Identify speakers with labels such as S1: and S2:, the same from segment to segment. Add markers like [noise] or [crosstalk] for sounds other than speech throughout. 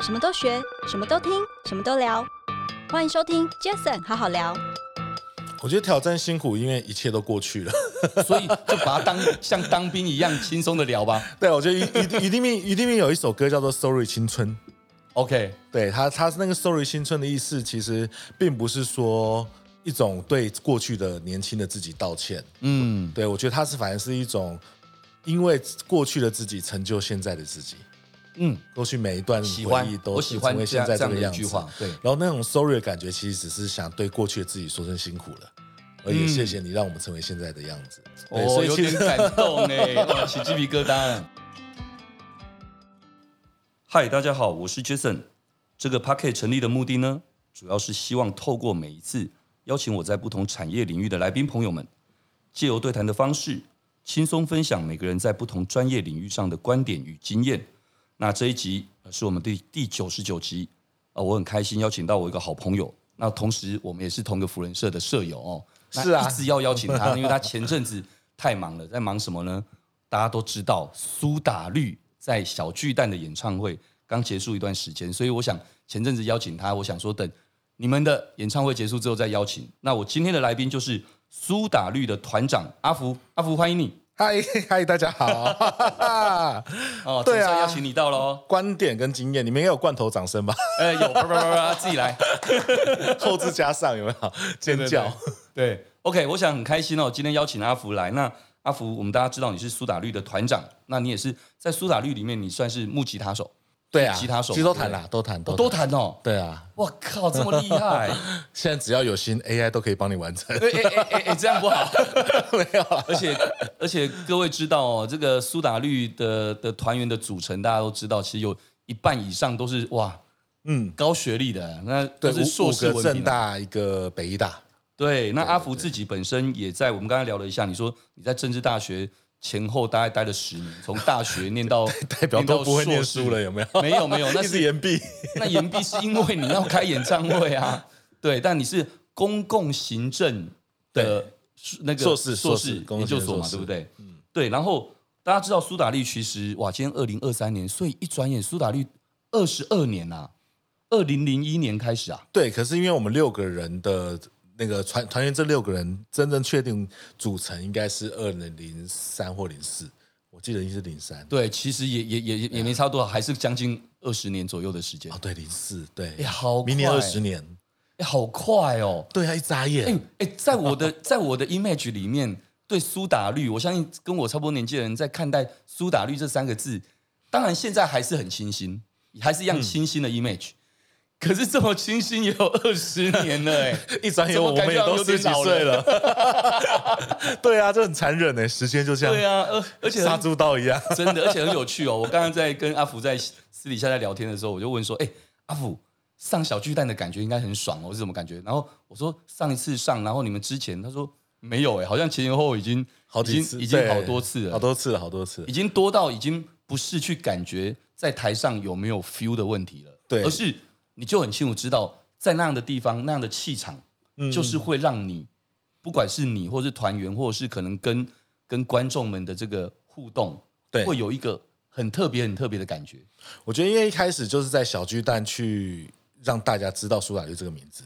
S1: 什么都学，什么都听，什么都聊。欢迎收听 Jason 好好聊。
S2: 我觉得挑战辛苦，因为一切都过去了。 [laughs]
S3: 所以就把它当像当兵一样轻松的聊吧。
S2: 对，我觉得一一定一定命一定命有一首歌叫做《Sorry 青春》。
S3: OK，
S2: 对他，他那个 “sorry 青春”的意思，其实并不是说一种对过去的年轻的自己道歉。
S3: 嗯，
S2: 对我觉得他是反而是一种，因为过去的自己成就现在的自己。
S3: 嗯，
S2: 过去每一段
S3: 喜
S2: 回
S3: 欢
S2: 忆，都
S3: 我喜欢
S2: 成为
S3: 这
S2: 现
S3: 样
S2: 在
S3: 这
S2: 这
S3: 样
S2: 个
S3: 的一
S2: 样子
S3: 句。话。对，
S2: 然后那种 sorry 的感觉，其实只是想对过去的自己说声辛苦了，而也谢谢你让我们成为现在的样子。对，
S3: 嗯哦，
S2: 所以
S3: 有
S2: 其
S3: 点
S2: 实
S3: 感动哎，
S4: [laughs]
S3: 哇，起鸡皮疙瘩。
S4: 嗨，大家好，我是 Jason。这个 Packet 成立的目的呢，主要是希望透过每一次邀请我在不同产业领域的来宾朋友们，借由对谈的方式，轻松分享每个人在不同专业领域上的观点与经验。那这一集呃是我们第第九十九集啊、呃我很开心邀请到我一个好朋友，那同时我们也是同一个福人社的社友哦，那
S2: 是啊
S4: 一直要邀请他，因为他前阵子太忙了，在忙什么呢？大家都知道苏打绿在小巨蛋的演唱会刚结束一段时间，所以我想前阵子邀请他，我想说等你们的演唱会结束之后再邀请。那我今天的来宾就是苏打绿的团长阿福，阿福欢迎你
S2: [laughs] 嗨嗨，大家好。 [laughs]
S4: 哦，
S2: 对啊
S4: 总算邀请你到了哦，
S2: 观点跟经验，你们也有罐头掌声吧？ [laughs]
S4: 呃，有叭叭叭叭，自己来。
S2: 后置加上有没有尖叫？
S4: 对 o k 我想很开心哦，今天邀请阿福来。那阿福，我们大家知道你是苏打绿的团长，那你也是在苏打绿里面，你算是木吉他手，
S2: 对啊，
S4: 吉他手
S2: 其实都弹啦，都弹，
S4: 我、
S2: 都
S4: 多
S2: 弹。
S4: 弹哦。
S2: 对啊，
S4: 我靠，这么厉害！
S2: 现在只要有心 AI 都可以帮你完成。[laughs]
S4: [laughs] 哎哎哎哎哎，这样不好。
S2: 没有啊啦，
S4: 而且而且各位知道哦，这个苏打绿的的团员的组成，大家都知道，其实有一半以上都是哇
S2: 嗯，
S4: 高学历的，那都
S2: 对，
S4: 是
S2: 五
S4: 硕
S2: 五
S4: 士
S2: 个
S4: 文凭啊
S2: 正
S4: 的。
S2: 大，一个北医
S4: [laughs]
S2: 大，
S4: 对，那阿福自己本身也在，我们刚才聊了一下，你说你在政治大学前后大概待了十年，从大学念到
S2: [laughs] 代表都不会念书了，
S4: 念
S2: 有没有？
S4: 到硕
S2: [laughs]
S4: 士。 [laughs] 没有没有，那
S2: 一直
S4: 是
S2: 延毕。
S4: 那延毕是因为你要开演唱会啊， [laughs] 对，但你是公共行政的那个
S2: 硕士
S4: 硕
S2: 硕士
S4: 士
S2: 公共
S4: 研
S2: 行
S4: 究
S2: 政
S4: 所嘛，
S2: 硕士嗯
S4: 对不对？对，然后大家知道苏打绿其实哇，今天二零二三年，所以一转眼苏打绿二十二年啊，二零零一年开始啊，
S2: 对，可是因为我们六个人的那个团团员，这六个人真正确定组成应该是二零零三或零四，我记得应该是零三。
S4: 对，其实也也也也也没差多少，还是将近二十年左右的时间
S2: 哦，，对，零四，对
S4: 哎，，好快，
S2: 明年二十年，
S4: 哎，好快哦，
S2: 对啊，一眨
S4: 哎
S2: 眼，
S4: 哎，在我的在我的 image 里面，对苏打绿，我相信跟我差不多年纪的人在看待苏打绿这三个字，当然现在还是很清新，还是一样清新的 image。可是这么清新也有二十年了哎、
S2: 一眨眼
S4: 怎么
S2: 我们也
S4: 感觉
S2: 都
S4: 有
S2: 十
S4: 点
S2: 几
S4: 老
S2: 岁了。
S4: [laughs]
S2: 对啊，这很残忍呢，时间就这样，
S4: [laughs] 对啊，而而且
S2: 杀
S4: 很
S2: 猪刀一样。
S4: [laughs] 真的，而且很有趣哦。我刚刚在跟阿福在私底下在聊天的时候，我就问说：“哎、阿福上小巨蛋的感觉应该很爽哦，是什么感觉？”然后我说：“上一次上，然后你们之前？”他说：“没有哎、好像前前后后已经
S2: 好
S4: 已
S2: 几
S4: 经
S2: 次，
S4: 已经
S2: 对
S4: 好多次了，
S2: 好多次了，好多次
S4: 已。经多到已经不是去感觉在台上有没有 feel 的问题了，
S2: 对
S4: 而是你就很清楚知道，在那样的地方、那样的气场，
S2: 嗯
S4: 就是会让你，不管是你或是团员，或者是可能跟跟观众们的这个互动，
S2: 对
S4: 会有一个很特别、很特别的感觉。
S2: 我觉得因为一开始就是在小巨蛋去让大家知道苏打绿这个名字，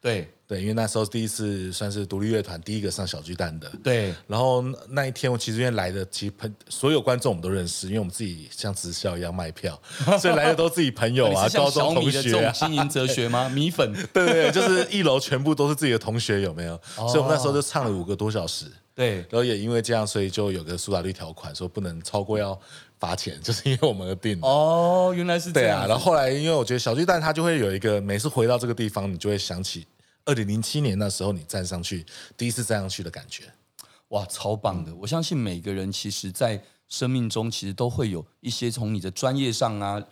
S4: 对
S2: 对，因为那时候第一次算是独立乐团第一个上小巨蛋的。
S4: 对，
S2: 然后那那一天，我其实因为来的，其实朋所有观众我们都认识，因为我们自己像直销一样卖票，所以来的都自己朋
S4: [laughs]
S2: 友
S4: 你
S2: 啊
S4: 是、像
S2: 高
S4: 小
S2: 中
S4: 米
S2: 同
S4: 的这
S2: 学
S4: 种
S2: 啊，
S4: 经营哲
S2: [laughs]
S4: 学吗？米粉
S2: 对对对，就是一楼全部都是自己的同学，有没有？
S4: 哦
S2: 所以我们那时候就唱了五个多小时，
S4: 对。
S2: 然后也因为这样，所以就有个苏打绿条款，说不能超过要罚钱，就是因为我们而定的。
S4: 哦，原来是这
S2: 对
S4: 样
S2: 啊，
S4: 子。
S2: 然后后来因为我觉得小巨蛋它就会有一个，每次回到这个地方，你就会想起二零零七年那时候你站上去第一次站上去的感觉。
S4: 哇，超棒的！我相信每个人其实，在生命中其实都会有一些从你的专业上啊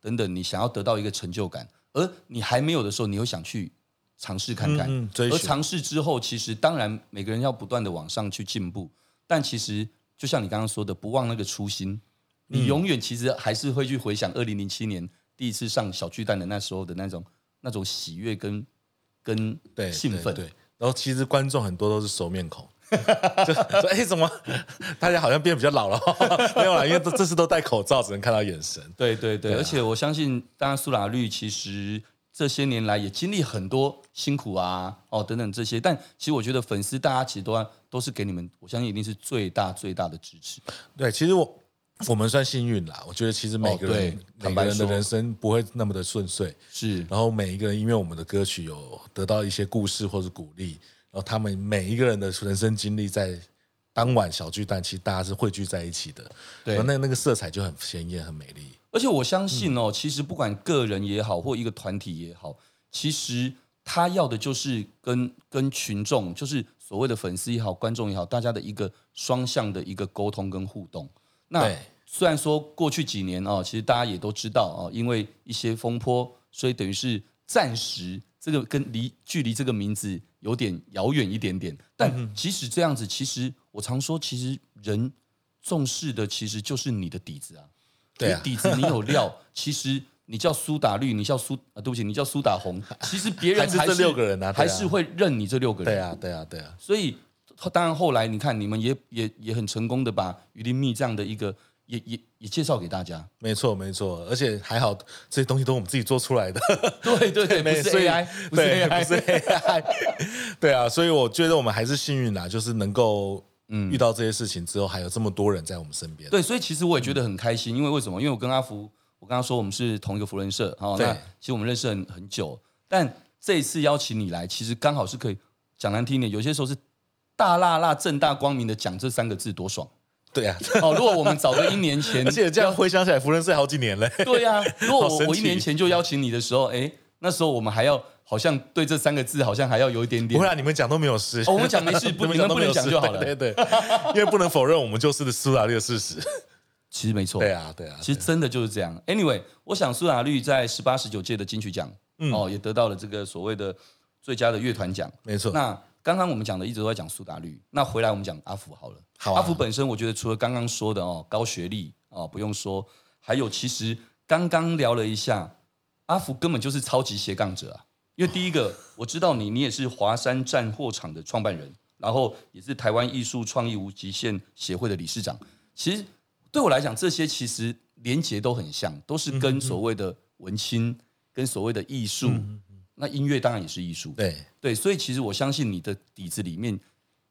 S4: 等等，你想要得到一个成就感，而你还没有的时候，你会想去尝试看看。
S2: 嗯嗯追
S4: 而
S2: 寻
S4: 尝试之后，其实当然每个人要不断的往上去进步，但其实就像你刚刚说的，不忘那个初心，你永远其实还是会去回想二零零七年第一次上小巨蛋的那时候的那种那种喜悦跟跟
S2: 对，
S4: 兴奋。 [laughs]
S2: 对。对然后其实观众很多都是熟面孔，说哎、怎么大家好像变比较老了？ [laughs] 没有啦，因为这这次都戴口罩，只能看到眼神。
S4: 对对对，
S2: 对啊
S4: 而且我相信，当然苏打绿其实这些年来也经历很多辛苦啊，哦等等这些，但其实我觉得粉丝大家其实都都是给你们，我相信一定是最大最大的支持。
S2: 对，其实我我们算幸运啦。我觉得其实每个人、
S4: 哦对
S2: 每个人
S4: 坦
S2: 的
S4: 白说
S2: 人生不会那么的顺遂，
S4: 是
S2: 然后每一个人因为我们的歌曲有得到一些故事或是鼓励，然后他们每一个人的人生经历在当晚小巨蛋，其实大家是汇聚在一起的，
S4: 对
S2: 然后那那个色彩就很鲜艳、很美丽。
S4: 而且我相信哦，其实不管个人也好，或一个团体也好，其实他要的就是跟跟群众，就是所谓的粉丝也好，观众也好，大家的一个双向的一个沟通跟互动。那
S2: 对
S4: 虽然说过去几年哦，其实大家也都知道哦，因为一些风波，所以等于是暂时这个跟离距离这个名字有点遥远一点点。
S2: 嗯
S4: 但即使这样子，其实我常说，其实人重视的其实就是你的底子啊。
S2: 对啊
S4: 你底子你有料， [laughs] 其实你叫苏打绿，你叫苏啊，对不起，你叫苏打红，其实别人
S2: 还是这六个人啊对啊
S4: 还是会认你这六个人。
S2: 对啊，对啊，对啊，
S4: 所以当然后来你看，你们也也也很成功的把鱼鳞蜜这样的一个也也也介绍给大
S2: [laughs]
S4: 家。
S2: 没错，没错。而且还好，这些东西都是我们自己做出来的。
S4: 对对 [laughs] 对，不
S2: 没
S4: 是
S2: 所以
S4: AI，不是
S2: 对
S4: AI，
S2: 不
S4: [laughs]
S2: 是 AI，对啊，所以我觉得我们还是幸运啦，就是能够
S4: 嗯
S2: 遇到这些事情之后，还有这么多人在我们身边。
S4: 对，所以其实我也觉得很开心，因为为什么？因为我跟阿福，我刚刚说我们是同一个福人社，好、哦，
S2: 对
S4: 那其实我们认识很很久，但这一次邀请你来，其实刚好是可以讲难听一点，有些时候是大辣辣、正大光明的讲这三个字，多爽
S2: 对啊，
S4: 哦！如果我们早个一年前
S2: [laughs] 而，且这样回想起来，福仁社好几年
S4: [laughs]
S2: 了。
S4: 对
S2: [laughs]
S4: 呀、如
S2: 好
S4: 果我
S2: 神
S4: 我一
S2: 奇
S4: 年前就邀请你的时候，哎，那时候我们还要好像对这三个字好像还要有一点
S2: 不
S4: 点
S2: 会，啊，你们讲都没有事。
S4: 哦我们讲没
S2: [laughs]
S4: 事不
S2: 你讲都没有
S4: 你们不能讲
S2: 事
S4: 就好了
S2: 对对，对因为不能否认我们就是苏打绿的事实。
S4: 其实没
S2: [laughs]
S4: 错，
S2: 对啊，对啊，
S4: 其实真的就是这样。Anyway，我想苏打绿在十八、十九届的金曲奖，
S2: 嗯
S4: 哦，也得到了这个所谓的最佳的乐团奖。
S2: 没错。
S4: 那刚刚我们讲的一直都在讲苏打绿，那回来我们讲阿福好了。
S2: 好啊
S4: 阿福本身我觉得除了刚刚说的哦，高学历哦，不用说，还有其实刚刚聊了一下，阿福根本就是超级斜杠者啊。因为第一个我知道你，你也是华山战货场的创办人，然后也是台湾艺术创意无极限协会的理事长。其实对我来讲，这些其实连结都很像，都是
S2: 嗯
S4: 跟所谓的文青，跟所谓的艺术。那音乐当然也是艺术，
S2: 嗯对
S4: 对，所以其实我相信你的底子里面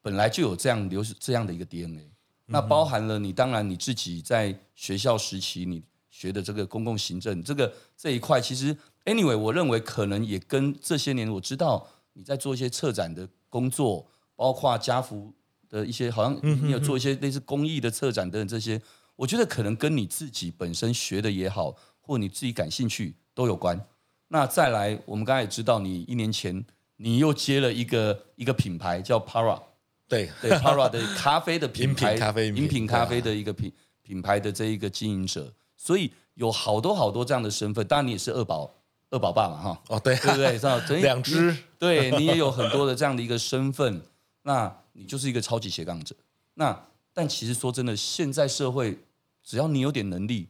S4: 本来就有这样流这样的一个 DNA，那包含了你当然你自己在学校时期你学的这个公共行政这个这一块，其实 anyway 我认为可能也跟这些年我知道你在做一些策展的工作，包括家福的一些好像你有做一些类似公益的策展等等这些，我觉得可能跟你自己本身学的也好，或你自己感兴趣都有关。那再来，我们刚才也知道，你一年前你又接了一个一个品牌叫 Para，
S2: 对 [laughs]
S4: 对 Para 的咖啡的品牌，
S2: 饮品咖啡饮品
S4: 饮品咖啡的一个品品牌的这一个经营者，所以有好多好多这样的身份。当然，你也是二宝二宝爸嘛，哈，
S2: 哦，对
S4: 对
S2: 啊 [laughs]
S4: 不，对？这样所以
S2: 两只
S4: 你对你也有很多的这样的一个身份，那你就是一个超级斜杠者。那但其实说真的，现在社会只要你有点能力，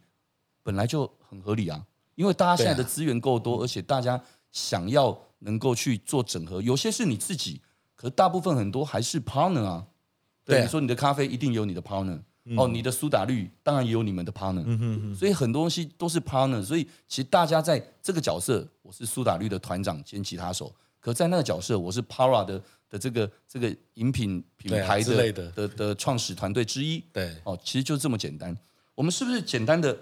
S4: 本来就很合理啊，因为大家现在的
S2: 对啊
S4: 资源够多，而且大家想要能够去做整合，有些是你自己，可是大部分很多还是 partner 啊。对，
S2: 对啊嗯
S4: 你说你的咖啡一定有你的 partner，、哦，你的苏打绿当然也有你们的 partner，、所以很多东西都是 partner，所以其实大家在这个角色，我是苏打绿的团长兼吉他手，可在那个角色，我是 Para 的的这个这个饮品品
S2: 对啊
S4: 牌
S2: 之
S4: 的
S2: 类的
S4: 的的创始团队之一，
S2: 对
S4: 哦，其实就这么简单。我们是不是简单的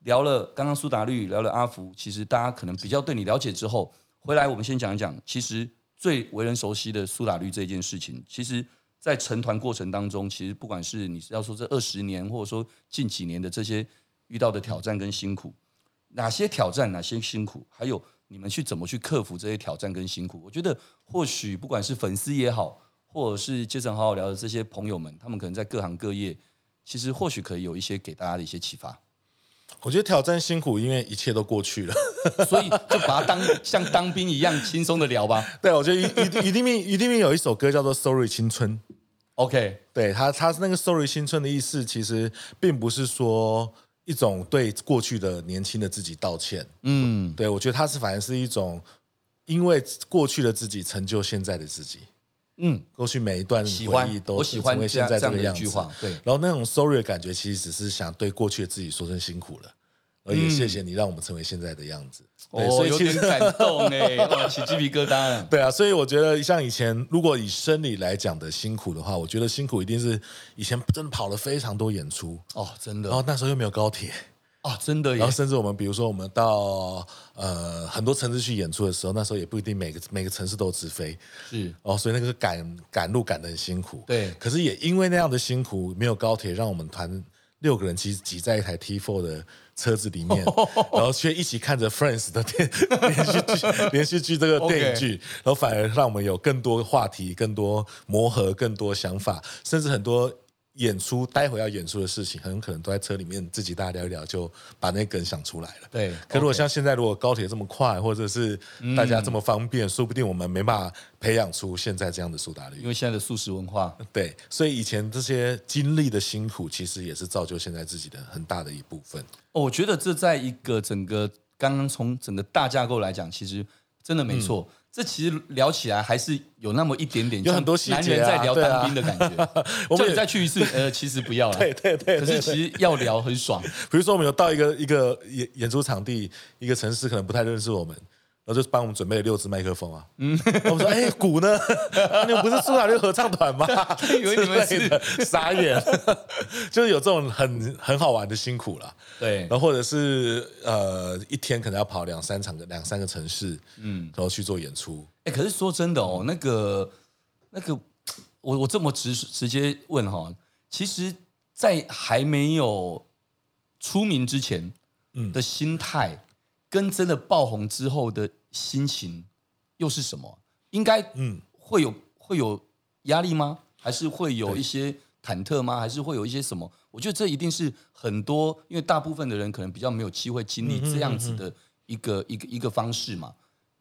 S4: 聊了刚刚苏打绿，聊了阿福？其实大家可能比较对你了解之后，回来我们先讲一讲，其实最为人熟悉的苏打绿这件事情，其实。在成团过程当中，其实不管是你是要说这二十年，或者说近几年的这些遇到的挑战跟辛苦，哪些挑战，哪些辛苦，还有你们去怎么去克服这些挑战跟辛苦。我觉得或许不管是粉丝也好，或者是阶层好好聊的这些朋友们，他们可能在各行各业，其实或许可以有一些给大家的一些启发。
S2: 我觉得挑战辛苦，因为一切都过去了。 [laughs]
S4: 所以就把它当像当兵一样轻松的聊吧。
S2: 对，我觉得一一定一定命一定命有一首歌叫做《Sorry 青春》。
S4: OK，
S2: 对他，他那个 “sorry 青春”的意思，其实并不是说一种对过去的年轻的自己道歉。
S4: 嗯，
S2: 对我觉得他是反而是一种因为过去的自己成就现在的自己。
S5: 嗯，
S2: 过去每一段
S4: 喜
S2: 回
S4: 欢
S2: 忆，都
S4: 我喜欢
S2: 成为
S4: 这
S2: 现
S4: 样
S2: 在
S4: 这
S2: 这
S4: 样
S2: 个
S4: 的一
S2: 样子
S4: 句。话，对，
S2: 然后那种 sorry 的感觉，其实只是想对过去的自己说声辛苦了，而也谢谢你让我们成为现在的样子。对，
S4: 嗯哦，
S2: 所以
S4: 有
S2: 其
S4: 点
S2: 实
S4: 感动哎，哇，起鸡皮疙瘩了。
S2: 对啊，所以我觉得像以前，如果以生理来讲的辛苦的话，我觉得辛苦一定是以前真的跑了非常多演出，
S4: 哦，真的
S2: 然后那时候又没有高铁，
S4: 哦，真的耶
S2: 然后，甚至我们比如说我们到呃很多城市去演出的时候，那时候也不一定每个每个城市都有直飞
S4: 是
S2: 哦，所以那个赶赶路赶得很辛苦。
S4: 对
S2: 可是也因为那样的辛苦，没有高铁，让我们团六个人其实挤在一台 T4 的车子里
S4: [laughs]
S2: 面，然后却一起看着 Friends 的电连续剧连续剧这个电影
S4: [laughs]
S2: 剧然后反而让我们有更多话题、更多磨合、更多想法，甚至很多。演出待会要演出的事情，很可能都在车里面自己大家聊一聊，就把那梗想出来了。
S4: 对，
S2: 可如果像现在，如果高铁这么快，或者是
S4: 嗯
S2: 大家这么方便，说不定我们没办法培养出现在这样的苏打
S4: 因
S2: 绿。
S4: 为现在的素食文化，
S2: 对，所以以前这些经历的辛苦，其实也是造就现在自己的很大的一部分。
S4: 哦，我觉得这在一个整个刚刚从整个大架构来讲，其实
S2: 嗯
S4: 真的没错。这其实聊起来还是有那么一点点
S2: 有
S4: 像
S2: 很多细节啊
S4: 男人在聊
S2: 对啊
S4: 当兵的感觉。
S2: [laughs] 我
S4: 叫
S2: 们
S4: 你
S2: 也
S4: 再去一次，呃，其实不要
S2: [laughs]
S4: 了。
S2: 对对对
S4: 可是其实要聊很爽，
S2: 比如说，我们有到一个一个演演出场地，一个城市可能不太认识我们，然后就帮我们准备了六支麦克风啊。嗯，我们说，哎、鼓
S4: [laughs]
S2: 呢？你们不是苏打绿合唱团吗？
S4: 以为你们
S2: 之类的傻眼， [laughs] 就是有这种很很好玩的辛苦啦。
S4: 对
S2: 然，后或者是呃，一天可能要跑两三场、两三个城市，嗯，然后去做演出。
S4: 哎、可是说真的哦，那个那个，我我这么直直接问哈、其实，在还没有出名之前，
S2: 嗯
S4: 的心态、跟真的爆红之后的心情又是什么？应该
S2: 嗯
S4: 会有、会有压力吗？还是会有
S2: 对
S4: 一些忐忑吗？还是会有一些什么？我觉得这一定是很多，因为大部分的人可能比较没有机会经历这样子的一个、一个一个方式嘛。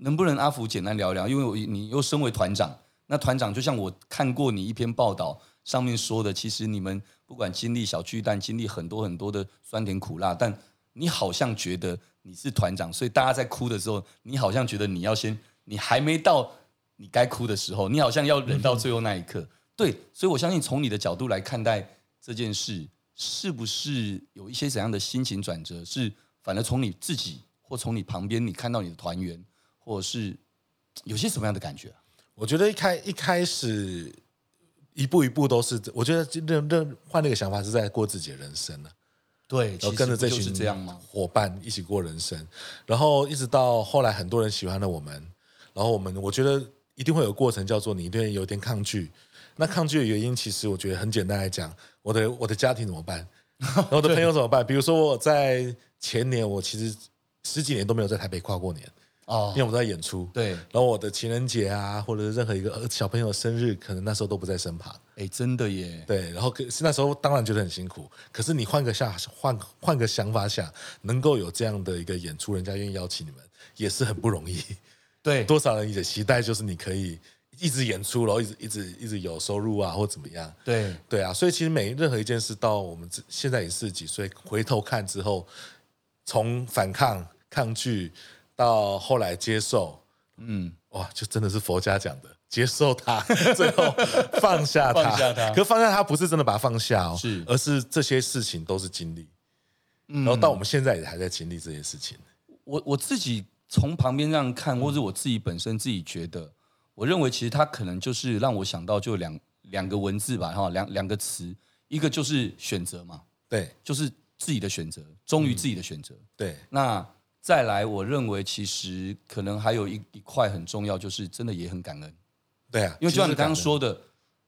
S4: 能不能阿福简单聊聊？因为我你又身为团长，那团长就像我看过你一篇报道上面说的，其实你们不管经历小巨蛋，经历很多很多的酸甜苦辣，但你好像觉得你是团长，所以大家在哭的时候，你好像觉得你要先，你还没到你该哭的时候，你好像要忍到最后那一刻。对，所以我相信从你的角度来看待这件事，是不是有一些怎样的心情转折？是反而从你自己或从你旁边，你看到你的团员，或者是有些什么样的感觉啊、
S2: 我觉得一开一开始一步一步都是，我觉得认认换那个想法是在过自己的人生呢、啊
S4: 对，
S2: 然
S4: 其
S2: 后
S4: 实
S2: 跟着这
S4: 不就
S2: 群
S4: 是这样吗？
S2: 伙伴一起过人生，然后一直到后来很多人喜欢了我们，然后我们我觉得一定会有个过程，叫做你一定有点抗拒。那抗拒的原因，其实我觉得很简单来讲，我的我的家庭怎么办？然
S4: [laughs]
S2: 后我的朋友怎么办？比如说我在前年，我其实十几年都没有在台北跨过年，因为
S4: 哦，
S2: 我们都在演出。
S4: 对，
S2: 然后我的情人节啊，或者是任何一个呃小朋友的生日，可能那时候都不在身旁。
S4: 哎，真的耶，
S2: 对，然后可是那时候当然觉得很辛苦，可是你换个下换换个想法想，能够有这样的一个演出，人家愿意邀请你们，也是很不容易。 [laughs]
S4: 对，
S2: 多少人也期待就是你可以一直演出，然后一直一直一直有收入啊，或怎么样。
S4: 对，
S2: 对啊，所以其实每任何一件事，到我们这现在也是几岁，回头看之后，从反抗、抗拒到后来接受，
S4: 嗯，
S2: 哇，就真的是佛家讲的，接受
S4: [laughs]
S2: 它，最后放下它。
S4: 放下它
S2: 可放下它不是真的把它放下哦，
S4: 是
S2: 而是这些事情都是经历，
S4: 嗯
S2: 然后到我们现在也还在经历这些事情。
S4: 我我自己从旁边这样看，或者我自己本身自己觉得，我认为其实它可能就是让我想到就两两个文字吧，哈，两两个词，一个就是选择嘛，
S2: 对
S4: 就是自己的选择，忠于自己的选择。
S2: 对，
S4: 那再来，我认为其实可能还有一一块很重要，就是真的也很感恩。
S2: 对啊，
S4: 因为就像你刚刚
S2: 其实是
S4: 说的，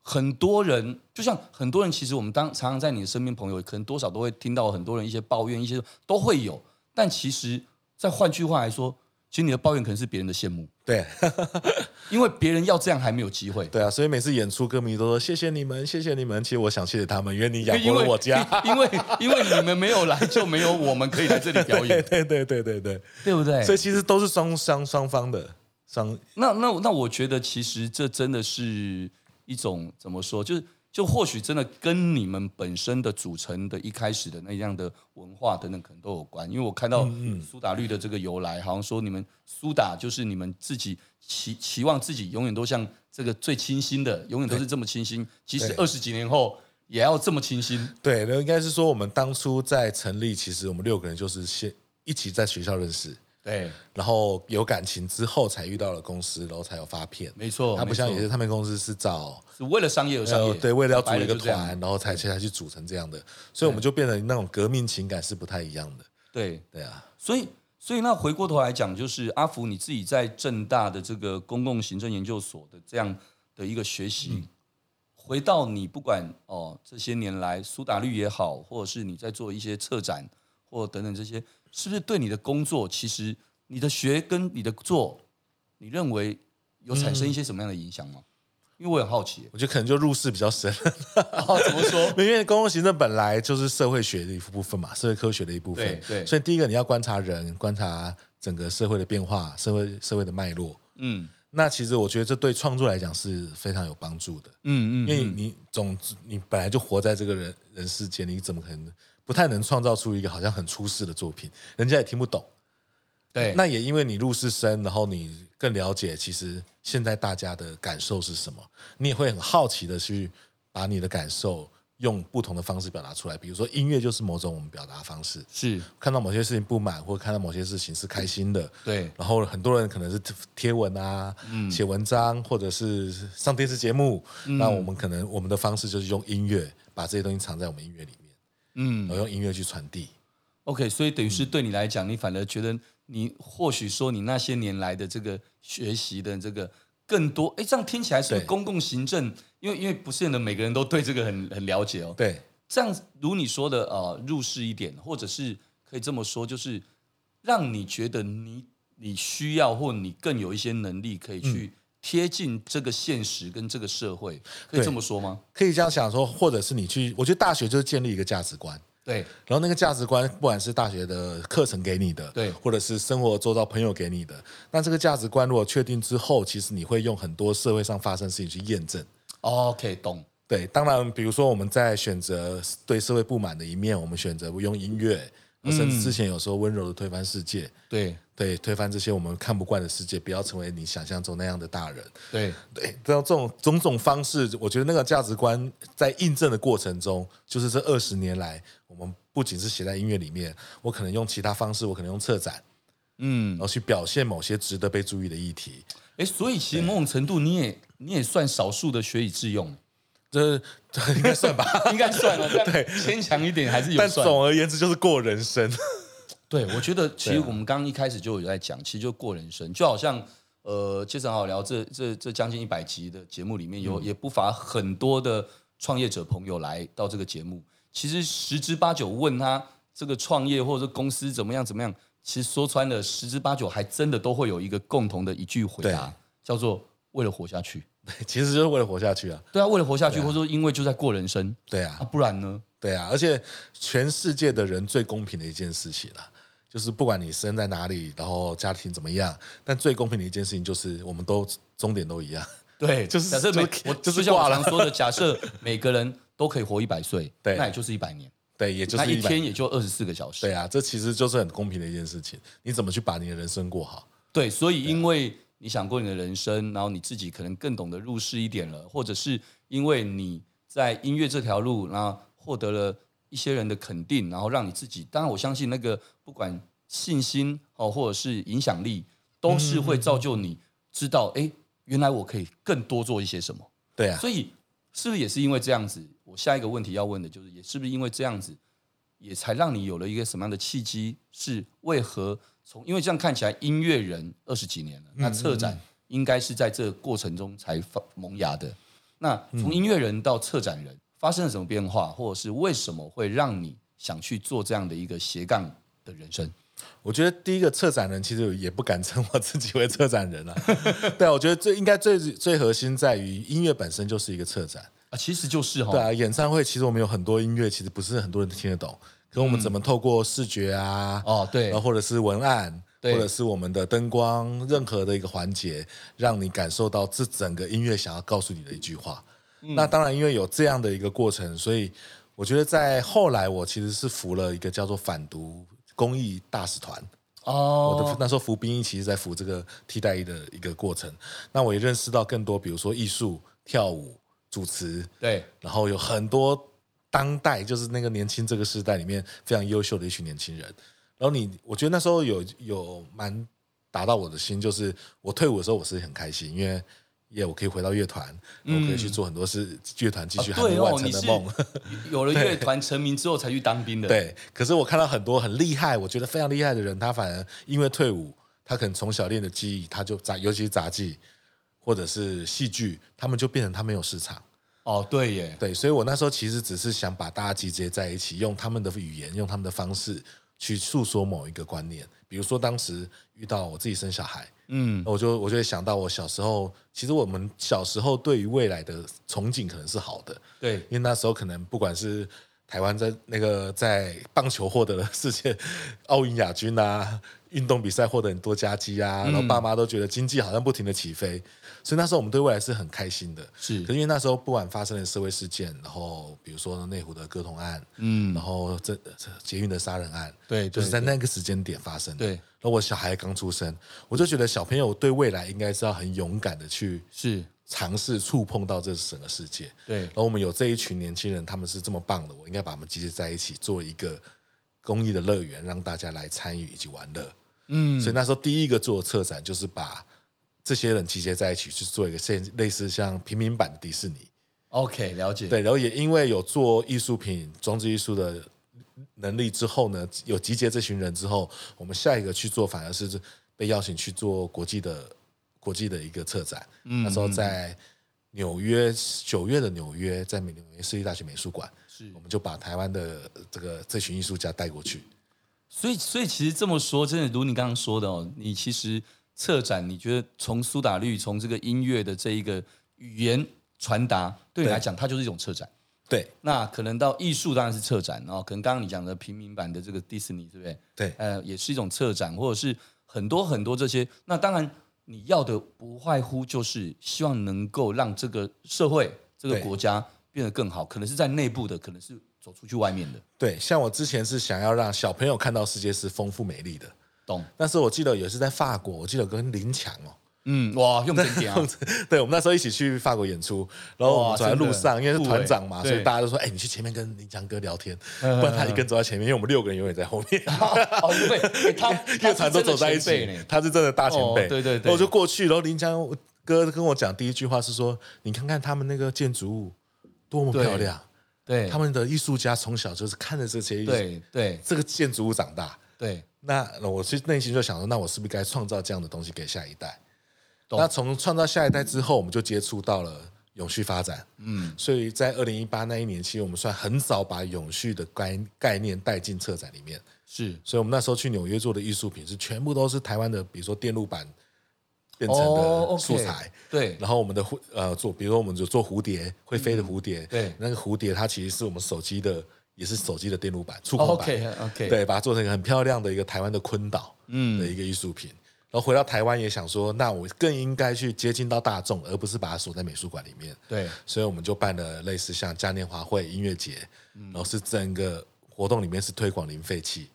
S4: 很多人就像很多人，其实我们当常常在你的身边朋友，可能多少都会听到很多人一些抱怨，一些都会有。但其实，再换句话来说，其实你的抱怨可能是别人的羡慕，
S2: 感恩，对
S4: 因为别人要这样还没有机会。
S2: 对啊，所以每次演出歌迷都说谢谢你们，谢谢你们。其实我想谢谢他们，因为你养
S4: [laughs] 因
S2: 活
S4: 为
S2: 了我家。
S4: [laughs] 因为因为你们没有 [laughs] 来，就没有我们可以来这里表
S2: 对
S4: 演，
S2: 对对对对对，
S4: [laughs] 对不对？
S2: 所以其实都是双双双方的双
S4: 那那那我觉得其实这真的是一种怎么说，就是就或许真的跟你们本身的组成的一开始的那样的文化等等可能都有关，因为我看到
S2: 嗯
S4: 苏打绿的这个由来，好像说你们苏打就是你们自己期期望自己永远都像这个最清新的，永远都是这么清新。即使
S2: 对
S4: 二十几年后，也要这么清新。
S2: 对，那应该是说我们当初在成立，其实我们六个人就是先一起在学校认识，
S4: 对，
S2: 然后有感情之后才遇到了公司，然后才有发片。
S4: 没错，
S2: 他不像
S4: 哦没
S2: 也
S4: 错
S2: 是唱片公司是找
S4: 是为了商业而商业，
S2: 对，为了要
S4: 白
S2: 组一个
S4: 就这样
S2: 团，然后才才去组成这样的，所以我们就变得那种革命情感是不太一样的。
S4: 对，
S2: 对啊，，
S5: 所以，所以那回过头来讲，就是阿福你自己在正大的这个公共行政研究所的这样的一个学习，
S4: 嗯
S5: 回到你不管哦这些年来苏打绿也好，或者是你在做一些策展或等等这些，是不是对你的工作，其实你的学跟你的做，你认为有产生一些什么样的影响吗？因为我很好奇
S2: 我觉得可能就入世比较深，
S4: [laughs] 哦，怎么说？
S2: [laughs] 因为公共行政本来就是社会学的一部分嘛，社会科学的一部分
S4: 对。对
S2: 所以第一个你要观察人，观察整个社会的变化，社会社会的脉络。
S4: 嗯
S2: 那其实我觉得这对创作来讲是非常有帮助的，
S4: 嗯嗯，
S2: 因为你总之你本来就活在这个人人世间，你怎么可能不太能创造出一个好像很出世的作品，人家也听不懂。
S4: 对，
S2: 那也因为你入世深，然后你更了解其实现在大家的感受是什么，你也会很好奇的去把你的感受用不同的方式表达出来。比如说音乐就是某种我们表达方式，
S4: 是
S2: 看到某些事情不满，或看到某些事情是开心的。
S4: 对
S2: 然后很多人可能是贴贴文啊，
S4: 嗯
S2: 写文章，或者是上电视节目。那我们可能我们的方式就是用音乐把这些东西藏在我们音乐里面，
S4: 嗯
S2: 然后用音乐去传递。
S4: ，OK，所以等于
S2: 嗯
S4: 是对你来讲，你反而觉得你或许说你那些年来的这个学习的这个更多，哎，这样听起来是不是
S2: 对
S4: 公共行政，因为因为不见得每个人都对这个很很了解哦。
S2: 对，
S4: 这样如你说的，呃，入世一点，或者是可以这么说，就是让你觉得你你需要或你更有一些能力可以
S2: 嗯
S4: 去贴近这个现实跟这个社会，可以
S2: 对
S4: 这么说吗？
S2: 可以这样想说，或者是你去，我觉得大学就是建立一个价值观。
S4: 对
S2: 然后那个价值观，不管是大学的课程给你的，
S4: 对
S2: 或者是生活周遭朋友给你的，那这个价值观如果确定之后，其实你会用很多社会上发生的事情去验证。
S4: ，OK，懂，
S2: 对，当然，比如说我们在选择对社会不满的一面，我们选择用音乐，呃甚至之前有时候温柔的推翻世界，
S4: 对
S2: 对，推翻这些我们看不惯的世界，不要成为你想象中那样的大人。
S4: 对，
S2: 对，这种这种种种方式，我觉得那个价值观在印证的过程中，就是这二十年来，我们不仅是写在音乐里面，我可能用其他方式，我可能用策展，
S4: 嗯
S2: 然，后去表现某些值得被注意的议题。
S4: 哎，所以其实某种程度你也你也算少数的学以致用， [laughs]
S2: 这应该算吧，
S4: 应该算了，但
S2: 对
S4: 牵强一点还是有
S2: 但
S4: 算。
S2: 总而言之就是过人生。 [laughs]
S4: 对，我觉得其实
S2: 对啊
S4: 我们刚刚一开始就有在讲，其实就过人生，就好像呃，接着好好聊这这这将近一百集的节目里
S2: 嗯
S4: 面有、也不乏很多的创业者朋友来到这个节目，其实十之八九问他这个创业或者公司怎么样怎么样，其实说穿了十之八九还真的都会有一个共同的一句回
S2: 对
S4: 答，叫做为了活下去。
S2: 其实就是为了活下去啊。
S4: 对啊，为了活下去，或者说因为就在过人生
S2: 对
S4: 啊，
S2: 啊，
S4: 不然呢？
S2: 对啊，而且全世界的人最公平的一件事情啦、就是不管你生在哪里，然后家庭怎么样，但最公平的一件事情就是，我们都终点都一样。
S4: 对，
S2: 就是
S4: 假设每
S2: 就是
S4: 我
S2: 就是
S4: 就像我
S2: 挂了
S4: 常说的， [laughs] 假设每个人都可以活一百岁，
S2: 对
S4: 那也就是一百年，
S2: 对，也就
S4: 那
S2: 是
S4: 一
S2: 100
S4: 天也就二十四个小时。
S2: 对啊，这其实就是很公平的一件事情。你怎么去把你的人生过好？
S4: 对，所以因为你想过你的人生，然后你自己可能更懂得入世一点了，或者是因为你在音乐这条路，然后获得了一些人的肯定，然后让你自己，当然我相信那个不管信心哦，或者是影响力，都是会造就你知道，哎、原来我可以更多做一些什么。
S2: 对啊，
S4: 所以是不是也是因为这样子？我下一个问题要问的就是，也是不是因为这样子，也才让你有了一个什么样的契机？是为何从因为这样看起来，音乐人二十几年了，那策
S2: 嗯
S4: 展应该是在这个过程中才发萌芽的。那从音乐人到策展人，发生了什么变化，或者是为什么会让你想去做这样的一个斜杠的人生？
S2: 我觉得第一个策展人其实也不敢称我自己为策展人啊。对啊，我觉得最应该最最核心在于音乐本身就是一个策展。
S4: 啊，其实就是哈，
S2: 对啊，演唱会其实我们有很多音乐，其实不是很多人听得懂。可
S4: 嗯
S2: 我们怎么透过视觉啊，
S4: 哦，对
S2: 然后，或者是文案，或
S4: 对
S2: 者是我们的灯光，任何的一个环节，让你感受到这整个音乐想要告诉你的一句话。
S4: 嗯
S2: 那当然，因为有这样的一个过程，所以我觉得在后来，我其实是服了一个叫做反毒公益大使团。
S4: 哦，
S2: 我的那时候服兵役其实在服这个替代役的一个过程，那我也认识到更多，比如说艺术、跳舞、主持，
S4: 对，
S2: 然后有很多当代就是那个年轻这个时代里面非常优秀的一群年轻人。然后你，我觉得那时候有有蛮打到我的心，就是我退伍的时候我是很开心，因为耶我可以回到乐团，我可以去做很多事，乐团继续
S4: 啊
S2: 还没
S4: 对
S2: 完
S4: 哦，
S2: 成
S4: 你
S2: 的
S4: 是
S2: 梦。[laughs]
S4: 有了乐团成名之后才去当兵的，，
S2: 对，可是我看到很多很厉害，我觉得非常厉害的人，他反而因为退伍，他可能从小练的技艺，他就杂，尤其是杂技或者是戏剧，他们就变成他没有市场。
S4: 哦，对耶，
S2: 对，所以我那时候其实只是想把大家集结在一起，用他们的语言，用他们的方式去诉说某一个观念。比如说，当时遇到我自己生小孩，
S4: 嗯，
S2: 我就我就会想到我小时候，其实我们小时候对于未来的憧憬可能是好的，
S4: 对，
S2: 因为那时候可能不管是台湾在那个在棒球获得了世界奥运亚军啊，运动比赛获得很多佳绩啊，然后爸妈都觉得经济好像不停的起飞，所以那时候我们对未来是很开心的。
S4: 是
S2: 可是因为那时候不管发生了社会事件，然后比如说内湖的割童案，
S4: 嗯
S2: 然，后这这捷运的杀人案，
S4: 对，
S2: 就是
S4: 对
S2: 在那个时间点发生的。
S4: 对
S2: 然后我小孩刚出生，我就觉得小朋友对未来应该是要很勇敢的去
S4: 是，
S2: 尝试触碰到这整个世界。
S4: 对
S2: 然，后我们有这一群年轻人，他们是这么棒的，我应该把他们集结在一起，做一个公益的乐园，让大家来参与以及玩乐。
S4: 嗯，
S2: 所以那时候第一个做的策展就是把这些人集结在一起，去做一个现类似像平民版的迪士尼。
S4: OK，了解，
S2: 对，然后也因为有做艺术品、装置艺术的能力之后呢，有集结这群人之后，我们下一个去做反而是被邀请去做国际的国际的一个策展。那时候在纽约九月的纽约，在美纽约市立大学美术馆，
S4: 是
S2: 我们就把台湾的呃这个这群艺术家带过去。
S4: 所以，所以其实这么说，真的如你刚刚说的哦，你其实策展，你觉得从苏打绿，从这个音乐的这一个语言传达，对你来讲，它就是一种策展。
S2: 对
S4: 那可能到艺术当然是策展，哦，可能刚刚你讲的平民版的这个迪士尼，对不对？
S2: 对
S4: 呃，也是一种策展，或者是很多很多这些。那当然，你要的不外乎就是希望能够让这个社会、这个
S2: 对
S4: 国家变得更好，可能是在内部的，可能是走出去外面的，
S2: 对，像我之前是想要让小朋友看到世界是丰富美丽的，
S4: 懂？
S2: 但是我记得有一次在法国，我记得有跟林强哦。
S4: 嗯，哇，用真点啊！
S2: 对， [laughs] 我们那时候一起去法国演出，然后我
S4: 哇
S2: 们走在路
S4: 真
S2: 上，
S4: 的
S2: 因为是团长嘛，
S4: 酷
S2: 所
S4: 欸
S2: 以
S4: 对嗯
S2: 大家都说：“哎、你去前面跟林强哥聊天，不然他一个人走在前面，因为我们六个人永远在后面，
S4: [laughs] 哦，对，欸他
S2: [laughs] 乐团都走在一起，他是真的大前辈。
S4: 哦对对对
S2: 然后我就过去，然后林强哥跟我讲第一句话是说：“你看看他们那个建筑物多么
S4: 对
S2: 漂亮，
S4: 对，
S2: 他们的艺术家从小就是看着这些艺术
S4: 对对
S2: 这个建筑物长大。”
S4: 对，
S2: 那那我其实内心就想说，那我是不是该创造这样的东西给下一代？
S4: 懂
S2: 那从创造下一代之后，我们就接触到了永续发展。
S4: 嗯，
S2: 所以在二零一八那一年，其实我们算很早把永续的概概念带进策展里面。
S4: 是
S2: 所以我们那时候去纽约做的艺术品是全部都是台湾的，比如说电路板变成
S4: 哦
S2: 的
S4: ，OK
S2: 素材。
S4: 对
S2: 然后我们的蝴呃做，比如说我们有做蝴蝶会飞的蝴蝶，
S4: 嗯对
S2: 那个蝴蝶它其实是我们手机的，也是手机的电路板触控板。
S4: 哦，OK OK，，
S2: 对，把它做成一个很漂亮的一个台湾的昆岛的
S4: 嗯，
S2: 一个艺术品。然后回到台湾也想说，那我更应该去接近到大众，而不是把它锁在美术馆里面。
S4: 对，
S2: 所以我们就办了类似像嘉年华会、音乐节，
S4: 嗯
S2: 然后是整个活动里面是推广零废弃。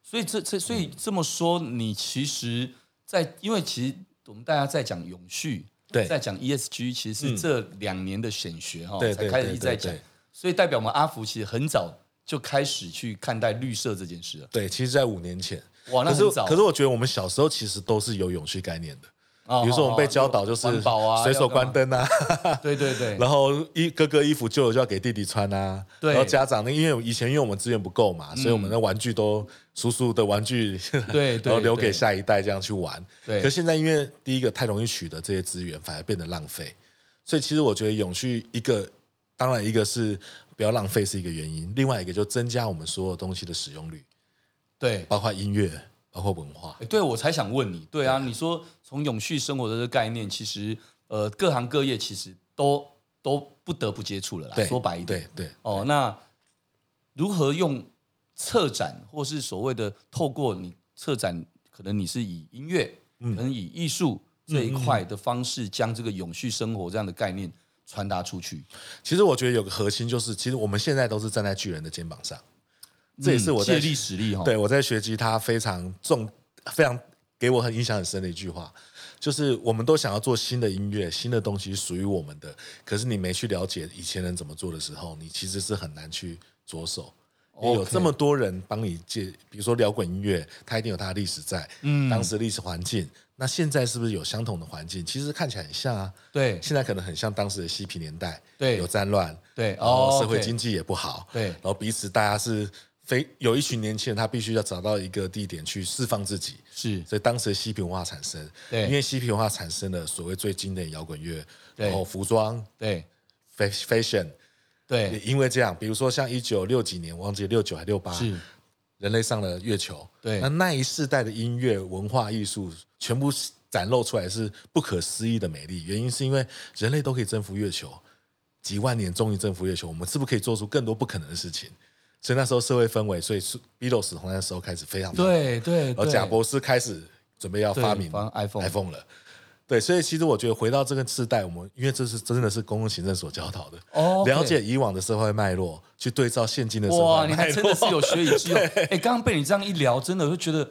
S4: 所以这这所
S2: 嗯
S4: 以这么说，你其实在，因为其实我们大家在讲永续，
S2: 对嗯
S4: 在讲 ESG，其实是这两年的选学哈，
S2: 对
S4: 才
S2: 对
S4: 开
S2: 对
S4: 始一直
S2: 对
S4: 在讲
S2: 对，
S4: 所以代表我们阿福其实很早就开始去看待绿色这件事了。
S2: 对，其实在五年前，
S4: 哇，哦那
S2: 可
S4: 很
S2: 是
S4: 早。啊
S2: 可是我觉得我们小时候其实都是有永续概念的，
S4: 哦，
S2: 比如说我们被
S4: 哦
S2: 教导就是
S4: 环保啊，
S2: [laughs] 随手
S4: 要干
S2: 关
S4: 嘛，
S2: 灯啊，
S4: 对对对，
S2: 然后衣哥哥衣服旧了就要给弟弟穿啊，
S4: 对嗯
S2: 然后家长呢，因为以前因为我们资源不够嘛，所以我们的玩具都叔叔的玩具， [laughs]
S4: 对
S2: 然
S4: 对
S2: 后留给
S4: 对
S2: 下一代这样去玩。
S4: 对
S2: 可现在因为第一个太容易取得这些资源，反而变得浪费。所以其实我觉得永续一个，当然一个是不要浪费是一个原因，另外一个就增加我们所有东西的使用率，
S4: 对，
S2: 包括音乐，包括文化。
S4: 诶对我才想问你，对啊，你说从永续生活的这个概念，其实呃，各行各业其实都都不得不接触了啦。
S2: 对，
S4: 说白一点，
S2: 对对
S4: 哦，那如何用策展，或是所谓的透过你策展，可能你是以音乐，
S2: 嗯
S4: 可能以艺术这一块的方式，将这个永续生活这样的概念传达出去。
S2: 其实我觉得有个核心就是，其实我们现在都是站在巨人的肩膀上，这也是
S4: 嗯
S2: 我在
S4: 借力使力哈。
S2: 对，我在学吉他非常重非常给我很印象很深的一句话，就是我们都想要做新的音乐、新的东西属于我们的，可是你没去了解以前人怎么做的时候，你其实是很难去着手。因为有
S4: OK
S2: 这么多人帮你借，比如说摇滚音乐，它一定有它的历史在，嗯，当时历史环境，那现在是不是有相同的环境？其实看起来很像啊，
S4: 对
S2: 现在可能很像当时的嬉皮年代，
S4: 对
S2: 有战乱，
S4: 对
S2: 然后
S4: 哦
S2: 社会
S4: OK
S2: 经济也不好，
S4: 对
S2: 然后彼此大家是非有一群年轻人，他必须要找到一个地点去释放自己，
S4: 是
S2: 所以当时的嬉皮文化产生，
S4: 对
S2: 因为嬉皮文化产生了所谓最经典的摇滚乐，
S4: 对
S2: 然后服装、
S4: 对
S2: fa- fashion，也
S4: 对
S2: 因为这样，比如说像一九六几年，我忘记六九还六八，
S4: 是
S2: 人类上了月球，
S4: 对
S2: 啊那那一世代的音乐、文化、艺术全部展露出来是不可思议的美丽。原因是因为人类都可以征服月球，几万年终于征服月球，我们是不是可以做出更多不可能的事情？所以那时候社会氛围，所以是 Beatles 从那时候开始非常红
S4: 对对，
S2: 然后
S4: 对
S2: 哦贾博士开始准备要发明
S4: 对发 iPhone
S2: iPhone 了。对，所以其实我觉得回到这个世代，我们因为这是真的是公共行政所教导的，
S4: 哦，OK
S2: 了解以往的社会脉络，去对照现 [laughs] 今的社
S4: 哇，
S2: 会
S4: 你
S2: 脉
S4: 还
S2: 络，
S4: 真的是有学以致用。哎、刚刚被你这样一聊，真的我就觉得、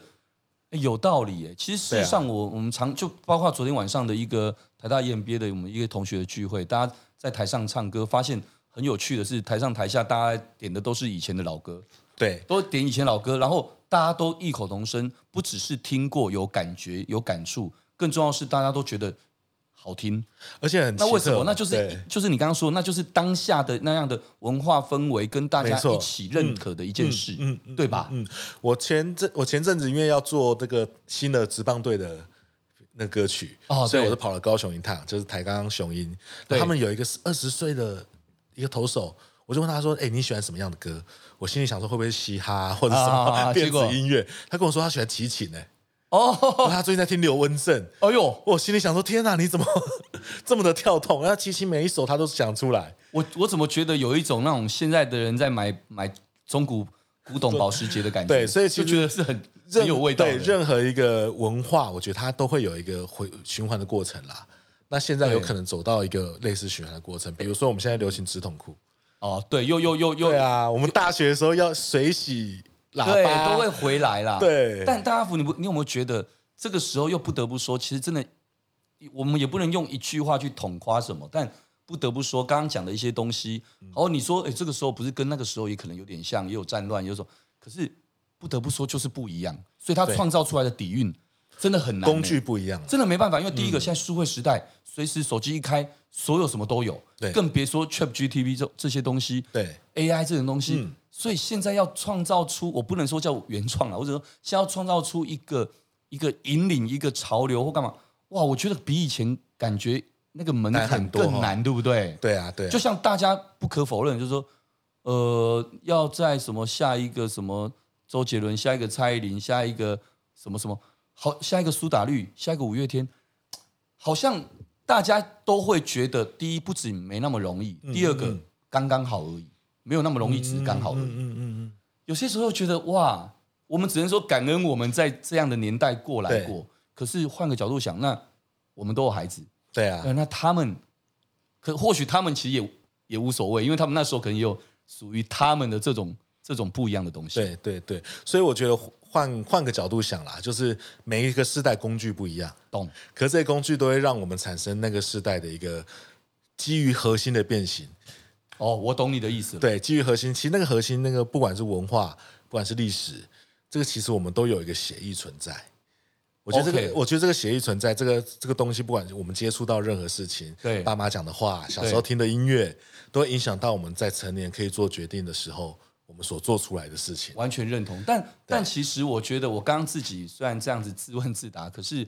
S4: 哎有道理耶。其实事
S2: 对
S4: 实
S2: 啊
S4: 上我，我们常就包括昨天晚上的一个台大 E EMBA 的我们一个同学的聚会，大家在台上唱歌，发现很有趣的是，台上台下大家点的都是以前的老歌，
S2: 对
S4: 都点以前老歌，然后大家都异口同声，不只是听过有感觉有感触，更重要的是大家都觉得好听。
S2: 而且很
S4: 那为
S2: 奇
S4: 什
S2: 特
S4: 么？那就是
S2: 对
S4: 就是你刚刚说，那就是当下的那样的文化氛围跟大家
S2: 没错
S4: 一起认可的一件事，
S2: 嗯嗯嗯
S4: 对吧？
S2: 嗯，我前阵我前阵子因为要做这个新的职棒队的那歌曲，
S4: 哦
S2: 所以
S4: 对
S2: 我就跑了高雄一趟，就是台钢雄鹰，
S4: 对
S2: 他们有一个二十岁的一个投手。我就问他说：“哎、你喜欢什么样的歌？”我心里想说会不会是嘻哈啊、或者什么、
S4: 啊啊
S2: [laughs]
S4: 啊
S2: 电
S4: 结
S2: 子
S4: 果
S2: 音乐？他跟我说他喜欢齐秦呢、欸
S4: 哦，
S2: 他最近在听刘文正。
S4: 哎呦，
S2: 我心里想说：“天哪、你怎么 [laughs] 这么的跳动？”然后齐秦每一首他都想出来。
S4: 我我怎么觉得有一种那种现在的人在买买中古古董保时捷的感觉？
S2: 对所以其
S4: 就
S2: 实
S4: 觉得是很
S2: 任
S4: 很有味道
S2: 对
S4: 的。
S2: 任何一个文化，我觉得它都会有一个回循环的过程啦。那现在有
S4: 对
S2: 可能走到一个类似循环的过程，比如说我们现在流行直筒裤，
S4: 哦，对，又又又又
S2: 对啊，我们大学的时候要水洗喇
S4: 对，
S2: 叭，
S4: 都会回来啦。
S2: 啊对
S4: 但大家福，你不，你有没有觉得这个时候又不得不说，其实真的，我们也不能用一句话去统夸什么，但不得不说，刚刚讲的一些东西，
S2: 嗯
S4: 哦，你说，哎，这个时候不是跟那个时候也可能有点像，也有战乱，也有什么，可是不得不说就是不一样，所以它
S2: 对
S4: 创造出来的底蕴真的很难欸、
S2: 工具嗯不一样了。啊
S4: 真的没办法，因为第一个现在数位时代，随时手机一开，所有什么都有，
S2: 对
S4: 更别说 Chat GTP 这这些东西，
S2: 对
S4: AI 这种东西，
S2: 嗯
S4: 所以现在要创造出，我不能说叫原创了，我只能说现在要创造出一个一个引领一个潮流或干嘛，哇，我觉得比以前感觉那个门
S2: 难
S4: 槛
S2: 很多哦
S4: 更难，对不对？
S2: 对啊，对啊
S4: 就像大家不可否认，就是说，呃，要在什么下一个什么周杰伦，下一个蔡依林，下一个什么什么，好，下一个苏打绿，下一个五月天，好像大家都会觉得，第一不止没那么容易，第二个、
S2: 嗯
S4: 刚刚好而已，没有那么容易，只是刚好而已。
S2: 嗯嗯嗯
S4: 有些时候觉得哇，我们只能说感恩我们在这样的年代过来
S2: 对
S4: 过。可是换个角度想，那我们都有孩子，
S2: 对啊
S4: 呃，，那他们，可或许他们其实也也无所谓，因为他们那时候可能也有属于他们的这种这种不一样的东西。，
S2: 对对对，所以我觉得换换个角度想啦，就是每一个世代工具不一样，
S4: 懂
S2: 可是这些工具都会让我们产生那个世代的一个基于核心的变形。
S4: 哦，我懂你的意思了。，
S2: 对，基于核心，其实那个核心，那个不管是文化，不管是历史，这个其实我们都有一个协议存在。我觉得这个
S4: OK
S2: 我觉得这个协议存在，这个这个东西，不管我们接触到任何事情，
S4: 对
S2: 爸妈讲的话，小时候
S4: 对
S2: 听的音乐，都会影响到我们在成年可以做决定的时候，我们所做出来的事情。
S4: 完全认同。但但其实我觉得，我刚刚自己虽然这样子自问自答，可是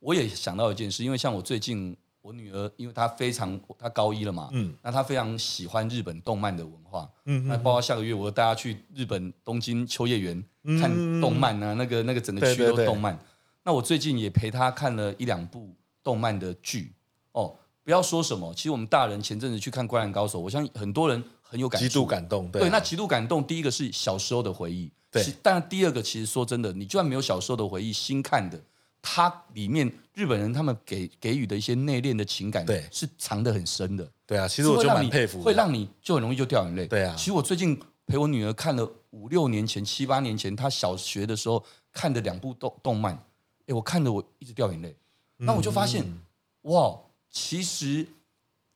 S4: 我也想到一件事，因为像我最近我女儿，因为她非常她高一了嘛，
S2: 嗯
S4: 那她非常喜欢日本动漫的文化，
S2: 嗯
S4: 那包括下个月我带她去日本东京秋叶原看动漫啊，那个那个整个
S2: 嗯对
S4: 区
S2: 对
S4: 都
S2: 对
S4: 动漫。那我最近也陪她看了一两部动漫的剧哦。不要说什么，其实我们大人前阵子去看《灌篮高手》，我相信很多人很有感触，
S2: 极度感动，对啊
S4: 对，那极度感动，第一个是小时候的回忆，
S2: 对
S4: 其但第二个其实说真的，你就算没有小时候的回忆，新看的，它里面日本人他们给给予的一些内敛的情感，
S2: 对
S4: 是藏得很深的。
S2: 对啊，其
S4: 其
S2: 实我就蛮佩服的，
S4: 会让你就很容易就掉眼泪。
S2: 对啊
S4: 其实我最近陪我女儿看了五六年前、七八年前，她小学的时候看的两部动动漫，哎，我看的我一直掉眼泪。
S2: 嗯
S4: 那我就发现，哇，其实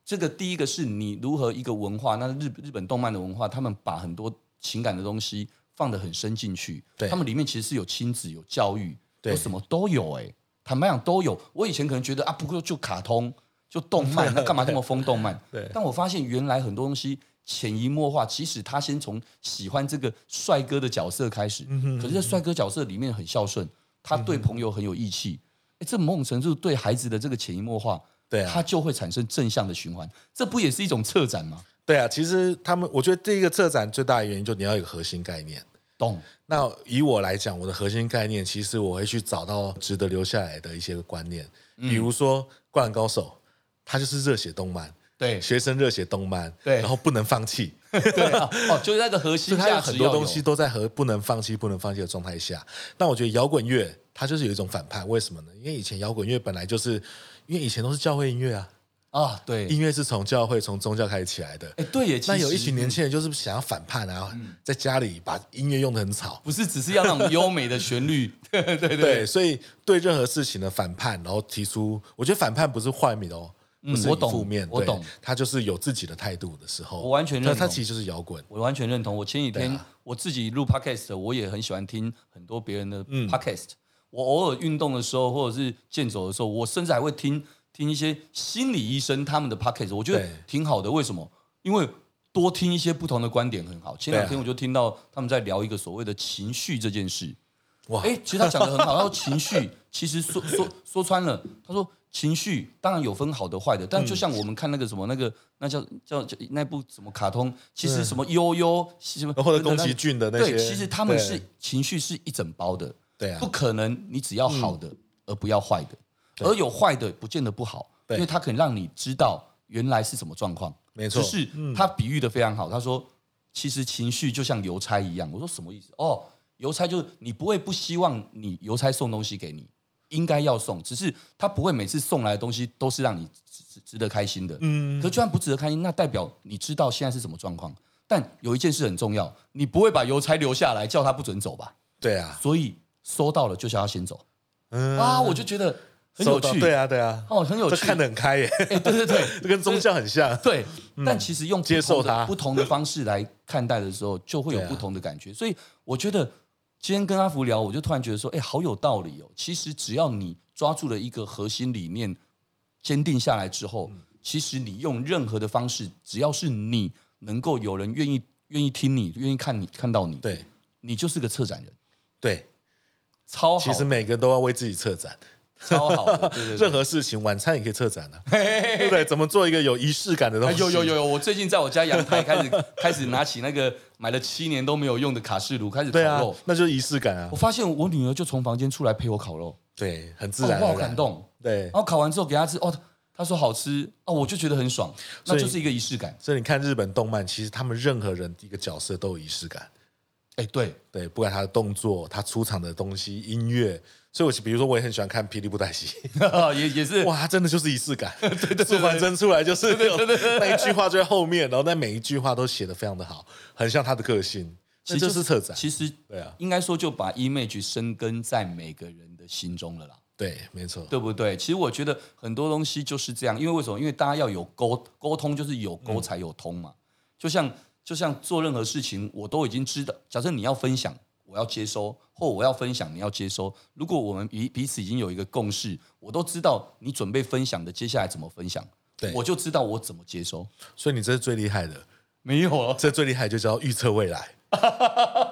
S4: 这个第一个是你如何一个文化，那日日本动漫的文化，他们把很多情感的东西放得很深进去，
S2: 对
S4: 他们里面其实是有亲子、有教育、
S2: 对
S4: 有什么都有、哎，坦白讲都有。我以前可能觉得啊，不过就卡通、就动
S2: [laughs]
S4: 漫，那干嘛这么疯动漫？
S2: 对
S4: 但我发现原来很多东西潜移默化，其实他先从喜欢这个帅哥的角色开始，
S2: 嗯
S4: 可是，在帅哥角色里面很孝顺，他对朋友很有义气。哎，这某种程度对孩子的这个潜移默化，
S2: 对啊
S4: 他就会产生正向的循环，这不也是一种策展吗？
S2: 对啊，其实他们，我觉得这一个策展最大的原因，就你要有一个核心概念。
S4: 懂？
S2: 那以我来讲，我的核心概念，其实我会去找到值得留下来的一些观念，
S4: 嗯
S2: 比如说《灌篮高手》，它就是热血动漫， [laughs]
S4: 对
S2: 学生热血动漫，
S4: 对
S2: 然后不能放弃，
S4: 对啊， [laughs] 哦，就是那个核
S2: 就
S4: 心
S2: 它有
S4: 价值
S2: 很多
S4: 要有
S2: 东西，都在和不能放弃、不能放弃的状态下。那我觉得摇滚乐它就是有一种反叛，为什么呢？因为以前摇滚乐本来就是，因为以前都是教会音乐啊，
S4: 啊，对，
S2: 音乐是从教会、从宗教开始起来的。
S4: 哎，对耶，其
S2: 那有
S4: 实嗯
S2: 一群年轻人就是想要反叛啊，在家里把音乐用的很吵，
S4: 不是只是要那种优美的旋律，对对
S2: 对，所以对任何事情的反叛，然后提出，我觉得反叛不是坏的哦，
S4: 嗯
S2: 不是
S4: 我
S2: 以
S4: 懂
S2: 负面，
S4: 我
S2: 对
S4: 懂，
S2: 他就是有自己的态度的时候，
S4: 我完全认
S2: 那他
S4: 同
S2: 其实就是摇滚，
S4: 我完全认同。我前几天、
S2: 对
S4: 我自己录 podcast，我也很喜欢听很多别人的 podcast、我偶尔运动的时候，或者是健走的时候，我甚至还会听听一些心理医生他们的 podcast，我觉得
S2: 对
S4: 挺好的。为什么？因为多听一些不同的观点很好。前两天我就听到他们在聊一个所谓的情绪这件事。
S2: 哇
S4: 哎、其实他讲的很好。他说
S2: [laughs]
S4: 情绪其实说说说穿了，他说情绪当然有分好的坏的，
S2: 嗯
S4: 但就像我们看那个什么那个那叫叫叫那部什么卡通，其实什么悠悠什么
S2: 或者宫崎骏的那些，
S4: 对，其实他们
S2: 对
S4: 是情绪是一整包的，
S2: 对嗯啊
S4: 不，可能你只要好的而不要坏的，而有坏的不见得不好，
S2: 对
S4: 因为它可以让你知道原来是什么状况。
S2: 没错嗯
S4: 只是他比喻的非常好，他说其实情绪就像邮差一样。我说什么意思？哦，邮差就是你不会不希望你邮差送东西给你，应该要送，只是他不会每次送来的东西都是让你值值值得开心的。嗯，可就算不值得开心，那代表你知道现在是什么状况。但有一件事很重要，你不会把邮差留下来，叫他不准走吧？
S2: 对啊，
S4: 所以收到了就想要先走。
S2: 嗯
S4: 啊，我就觉得很有
S2: 收
S4: 趣，
S2: 到对啊，对啊，
S4: 哦，很有
S2: 这
S4: 趣，
S2: 看得很开耶， [laughs]
S4: 哎，对对对，
S2: 这跟宗教很像，
S4: 对，但其实用不
S2: 嗯
S4: 同的
S2: 接受它
S4: 不同的方式来看待的时候，就会有
S2: 对啊
S4: 不同的感觉。所以我觉得今天跟阿福聊，我就突然觉得说，哎，好有道理哦。其实只要你抓住了一个核心理念，坚定下来之后，
S2: 嗯
S4: 其实你用任何的方式，只要是你能够有人愿意愿意听你，愿意看你看到你，
S2: 对
S4: 你就是个策展人，
S2: 对，
S4: 超好
S2: 其实
S4: 的，
S2: 每个人都要为自己策展。
S4: [laughs] 超好的，对对对
S2: 任。何事情，晚餐也可以策展
S4: [laughs]
S2: 啊，对不对？怎么做一个有仪式感的东
S4: 啊
S2: 西？
S4: 有有有有，我最近在我家阳台开始 [laughs] 开始拿起那个买了七年都没有用的卡式炉，开始烤
S2: 对啊
S4: 肉。，
S2: 那就是仪式感啊
S4: 我，发现我女儿就从房间出来陪我烤肉，
S2: 对，很自然
S4: 哦我好
S2: 而然
S4: 感动。
S2: 对
S4: 然，后烤完之后给她吃，哦，她说好吃，哦，我就觉得很爽，
S2: 所
S4: 那
S2: 以
S4: 就是一个仪式感。
S2: 所以你看日本动漫，其实他们任何人一个角色都有仪式感，
S4: 哎，对， [laughs]
S2: 对，不管他的动作、他出场的东西、音乐。所以我比如说我也很喜欢看《霹雳布袋戏》， [laughs]
S4: 也也是，
S2: 哇，他真的就是仪式
S4: [laughs]
S2: 感，对 [laughs] 对对，素还真出来就是有那一句话就在后面，然后那每一句话都写的非常的好，很像他的个性，
S4: 其
S2: 这
S4: 实
S2: 就
S4: 就是
S2: 策展，
S4: 其实
S2: 对啊，
S4: 应该说就把 image 深根在每个人的心中了啦。
S2: 对，没错，
S4: 对不对？其实我觉得很多东西就是这样，因为为什么？因为大家要有沟沟通，就是有
S2: 嗯
S4: 沟才有通嘛。就像就像做任何事情，我都已经知道。假设你要分享，我要接收；或我要分享，你要接收。如果我们彼彼此已经有一个共识，我都知道你准备分享的，接下来怎么分享，
S2: 对
S4: 我就知道我怎么接收。
S2: 所以你这是最厉害的，
S4: 没有啊了，
S2: 这最厉害就叫预测未
S4: [laughs]
S2: 来。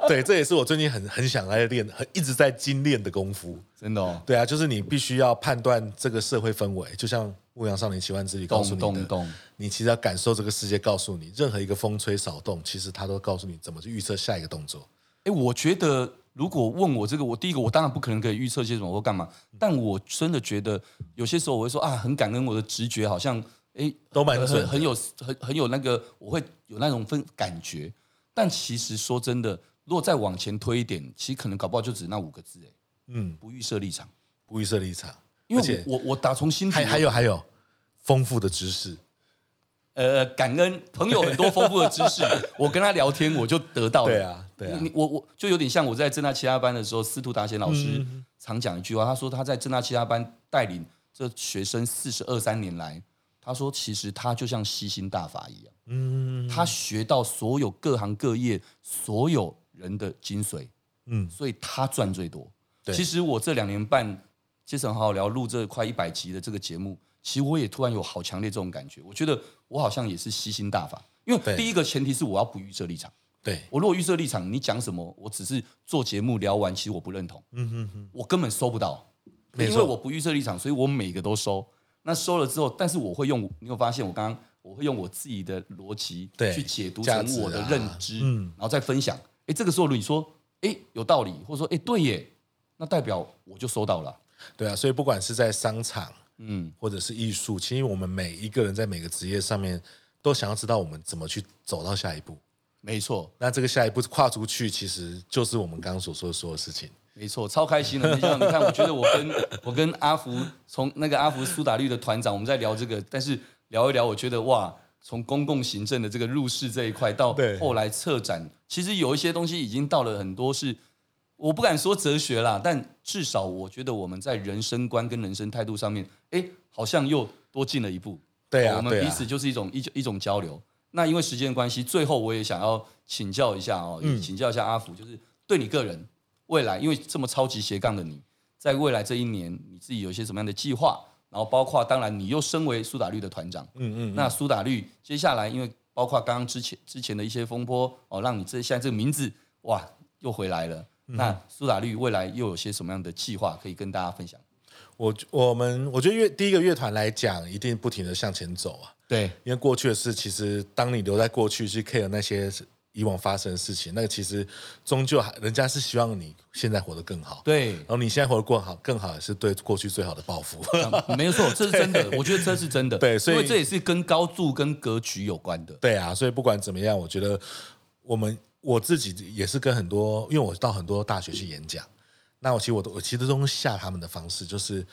S2: 对，这也是我最近很很想来练，很一直在精炼的功夫。
S4: 真的哦，
S2: 对啊，就是你必须要判断这个社会氛围，就像《牧羊少年奇幻之旅》告诉
S4: 懂
S2: 你
S4: 懂
S2: 的，
S4: 懂，
S2: 你其实要感受这个世界，告诉你任何一个风吹草动，其实它都告诉你怎么去预测下一个动作。
S4: 哎，我觉得如果问我这个，我第一个我当然不可能可以预测些什么或干嘛，
S2: 嗯
S4: 但我真的觉得有些时候我会说啊，很感恩我的直觉，好像哎
S2: 都蛮准
S4: 很
S2: 的
S4: 很有很很有那个，我会有那种分感觉。但其实说真的，如果再往前推一点，其实可能搞不好就只那五个字哎，
S2: 嗯，
S4: 不预设立场。
S2: 不预设立场，
S4: 因
S2: 而
S4: 为
S2: 且
S4: 我我我打从心底
S2: 还还有还有丰富的知识， [laughs]
S4: 呃感恩朋友很多丰富的知识，我跟他聊天我就得到了。
S2: 对啊，对啊
S4: 你你我我就有点像我在正大其他班的时候，司徒达贤老师
S2: 嗯
S4: 常讲一句话，他说他在正大其他班带领这学生四十二三年来，他说其实他就像吸星大法一样，
S2: 嗯，
S4: 他学到所有各行各业所有人的精髓，
S2: 嗯
S4: 所以他赚最多。
S2: 对
S4: 其实我这两年半，杰森好好聊录这快一百集的这个节目，其实我也突然有好强烈这种感觉，我觉得我好像也是吸星大法，因
S2: 对
S4: 为第一个前提是我要不预设立场。
S2: 对，
S4: 我如果预设立场，你讲什么，我只是做节目聊完，其实我不认同，
S2: 嗯嗯嗯，
S4: 我根本收不到，
S2: 没
S4: 因
S2: 错
S4: 为我不预设立场，所以我每个都收。那收了之后，但是我会用，你有发现我刚刚我会用我自己的逻辑
S2: 对
S4: 去解读
S2: 价
S4: 成
S2: 值啊
S4: 我的认知，
S2: 嗯
S4: 然后再分享。哎，这个时候你说，哎，有道理，或者说，哎，对耶，那代表我就收到了。
S2: 对啊，所以不管是在商场
S4: 嗯，
S2: 或者是艺术，其实我们每一个人在每个职业上面都想要知道我们怎么去走到下一步。
S4: 没错，
S2: 那这个下一步跨出去，其实就是我们刚刚所说的所有事情。
S4: 没错，超开心的。你想，你看，我觉得我跟 [laughs] 我跟阿福，从那个阿福苏打绿的团长，我们在聊这个，但是聊一聊，我觉得哇，从公共行政的这个入世这一块，到
S2: 对
S4: 后来策展，其实有一些东西已经到了很多是，我不敢说哲学啦，但至少我觉得我们在人生观跟人生态度上面，哎，好像又多进了一步。
S2: 对啊，
S4: 我们
S2: 对
S4: 彼
S2: 啊，
S4: 此就是一种一一种交流。那因为时间的关系，最后我也想要请教一下哦，
S2: 嗯
S4: 也请教一下阿福，就是对你个人未来，因为这么超级斜杠的你，在未来这一年，你自己有一些什么样的计划？然后包括，当然你又身为苏打绿的团长，
S2: 嗯嗯，
S4: 那苏打绿接下来，因为包括刚刚之前之前的一些风波哦，让你这现在这个名字哇又回来了。
S2: 嗯
S4: 那苏打绿未来又有些什么样的计划可以跟大家分享？
S2: 我我们我觉得乐第一个乐团来讲，一定不停的向前走啊。
S4: 对，
S2: 因为过去的事，其实当你留在过去去 care 那些以往发生的事情，那个其实终究还人家是希望你现在活得更好。
S4: 对，
S2: 然后你现在活得更好，更好也是对过去最好的报复。
S4: 没有错，这是真的，我觉得这是真的。
S2: 对所以
S4: 因为这也是跟高度跟格局有关的。
S2: 对啊，所以不管怎么样，我觉得我们我自己也是跟很多，因为我到很多大学去演讲，那我其实我都我其实都用吓他们的方式，就是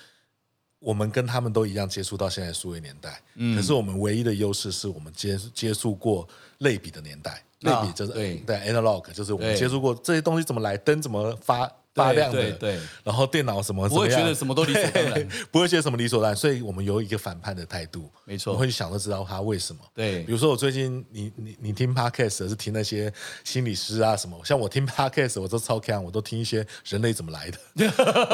S2: 我们跟他们都一样接触到现在数位年代，
S4: 嗯
S2: 可是我们唯一的优势是我们接接触过类比的年代，类
S4: 啊
S2: 比就是、
S4: 对
S2: 对 analog，就是我们
S4: 对
S2: 接触过这些东西怎么来，灯怎么发发亮的，
S4: 对对，
S2: 然后电脑什么
S4: 不会
S2: 怎么
S4: 觉
S2: 样
S4: 得什么都理所当然。
S2: 不会觉得什么理所当然，所以我们有一个反叛的态度，
S4: 没错
S2: 我会去想都知道他为什么。
S4: 对
S2: 比如说我最近你你你听 podcast 的是听那些心理师啊什么，像我听 [laughs] podcast 我都超看，我都听一些人类怎么 [laughs] 来的，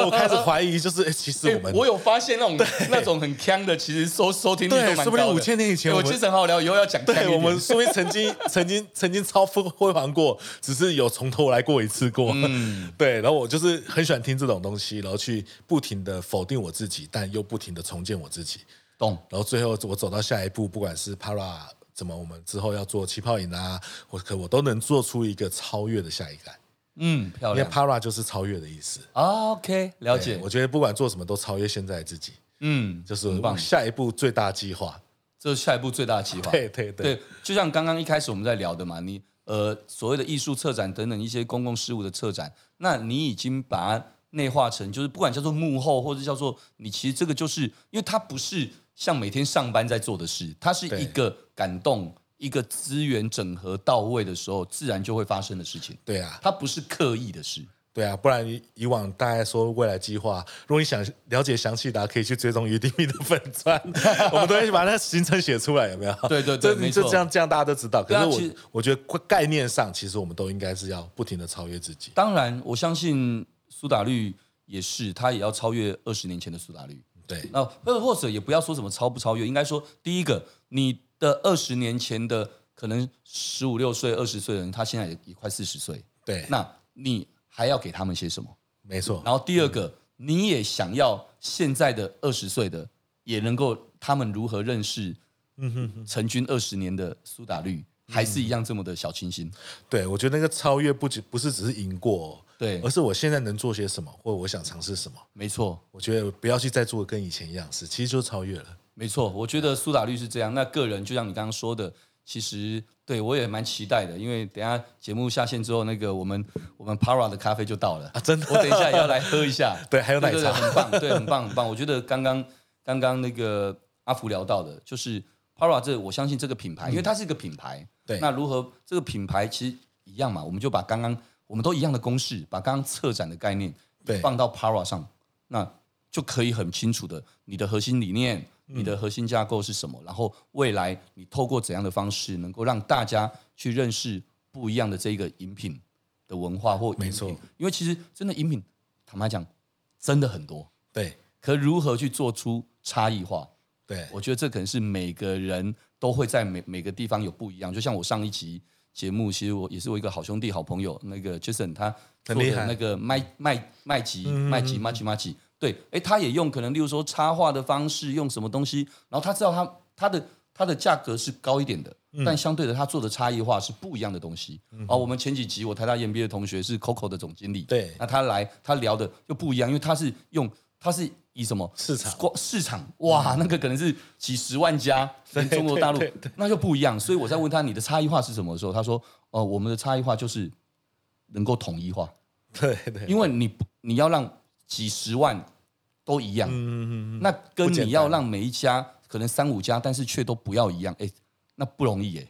S2: 我开始怀疑就是、诶其实我们、
S4: 欸我有发现那种那种很呛的，其实收收听率
S2: 对
S4: 都蛮高的。
S2: 说不定5000年以前
S4: 欸我
S2: 我们
S4: 精神好好聊，以后要讲呛一
S2: 对我
S4: 点。
S2: 们 [laughs] 说明曾经曾经曾经超辉辉煌过，只是有从头来过一次过， [laughs] 对，然后我就是很喜欢听这种东西，然后去不停的否定我自己，但又不停的重建我自己。
S4: 懂
S2: 然后最后我走到下一步，不管是 Para 怎么，我们之后要做气泡饮啊，我可我都能做出一个超越的下一代，
S4: 嗯，漂
S2: 因为
S4: 亮。
S2: Para 就是超越的意思。
S4: 啊 OK，了
S2: 对
S4: 解
S2: 我。觉得不管做什么都超越现在的自己，
S4: 嗯，
S2: 就是
S4: 很
S2: 我
S4: 棒。
S2: 下一步最大计划。
S4: 这是下一步最大的计
S2: [laughs]
S4: 划。
S2: 对对对，
S4: 对，就像刚刚一开始我们在聊的嘛，你呃所谓的艺术策展等等一些公共事务的策展，那你已经把它内化成，就是不管叫做幕后，或者叫做你，其实这个就是因为它不是像每天上班在做的事，它是
S2: 对
S4: 一个感动、一个资源整合到位的时候，自然就会发生的事情，
S2: 对啊，
S4: 它不是刻意的事。
S2: 对啊，不然以以往大家说未来计划，如果你想了解详细的、啊，可以去追踪于丁密的粉
S4: [laughs]
S2: 砖，我们都会把它行程写出来，有没有？
S4: 对对对
S2: 这
S4: 没
S2: 就
S4: 错
S2: 这样，这样大家都知道。可
S4: 对啊
S2: 是我、
S4: 其实
S2: 我觉得概念上，其实我们都应该是要不停的超越自己。
S4: 当然，我相信苏打绿也是，他也要超越二十年前的苏打绿。
S2: 对，
S4: 那呃或或者也不要说什么超不超越，应该说第一个，你的二十年前的可能十五六岁、二十岁的人，他现在也也快四十岁，
S2: 对，
S4: 那你还要给他们些什么？
S2: 没错，
S4: 然后第二个，你也想要现在的二十岁的也能够他们如何认识成军二十年的苏打绿，还是一样这么的小清新？
S2: 对我觉得那个超越不只不是只是赢过哦、
S4: 对
S2: 而，是我现在能做些什么，或者我想尝试什么。
S4: 没错。
S2: 我觉得不要去再做跟以前一样的事，其实就超越了。
S4: 没错，我觉得苏打绿是这样。那个人就像你刚刚说的，其实对我也蛮期待的，因为等一下节目下线之后，那个我们我们 Para 的咖啡就到了啊，
S2: 真的
S4: 我等一下也要来喝一下。
S2: [laughs] 对还有奶茶
S4: 对对对很棒，对，很棒，很棒。我觉得刚刚刚刚那个阿福聊到的，就是 Para 这，我相信这个品牌，因为它是一个品牌，
S2: 嗯对
S4: 那如何这个品牌其实。一样嘛，我们就把刚刚我们都一样的公式，把刚刚策展的概念
S2: 对
S4: 放到 Para 上，那就可以很清楚的你的核心理念、
S2: 嗯
S4: 你的核心架构是什么，然后未来你透过怎样的方式能够让大家去认识不一样的这个饮品的文化或饮品
S2: 没错，
S4: 因为其实真的饮品，坦白讲，真的很多，
S2: 对
S4: 可如何去做出差异化？
S2: 对，
S4: 我觉得这可能是每个人都会在每每个地方有不一样。就像我上一集节目，其实我也是我一个好兄弟、好朋友，那个 Jason 他做
S2: 很
S4: 的
S2: 厉害嗯
S4: 那个麦麦麦吉麦吉麦吉麦吉，对，哎，他也用可能例如说插画的方式，用什么东西，然后他知道他他的它的价格是高一点的，
S2: 嗯
S4: 但相对的他做的差异化是不一样的东西。而我们前几集我台大 MBA 的同学是 Coco 的总经理，
S2: 对
S4: 那他来他聊的就不一样，因为他是用他是以什么
S2: 市场嗯
S4: 光市场哇，那个可能是几十万家，
S2: 对
S4: 中国大陆
S2: 对对对
S4: 那就不一样。所以我在问他你的差异化是什么的时候，他说：“哦、我们的差异化就是能够统一化，
S2: 对对，
S4: 因为你不你要让几十万都一样，
S2: 嗯嗯嗯，
S4: 那跟
S2: 不简单
S4: 你要让每一家可能三五家，但是却都不要一样，哎，那不容易耶。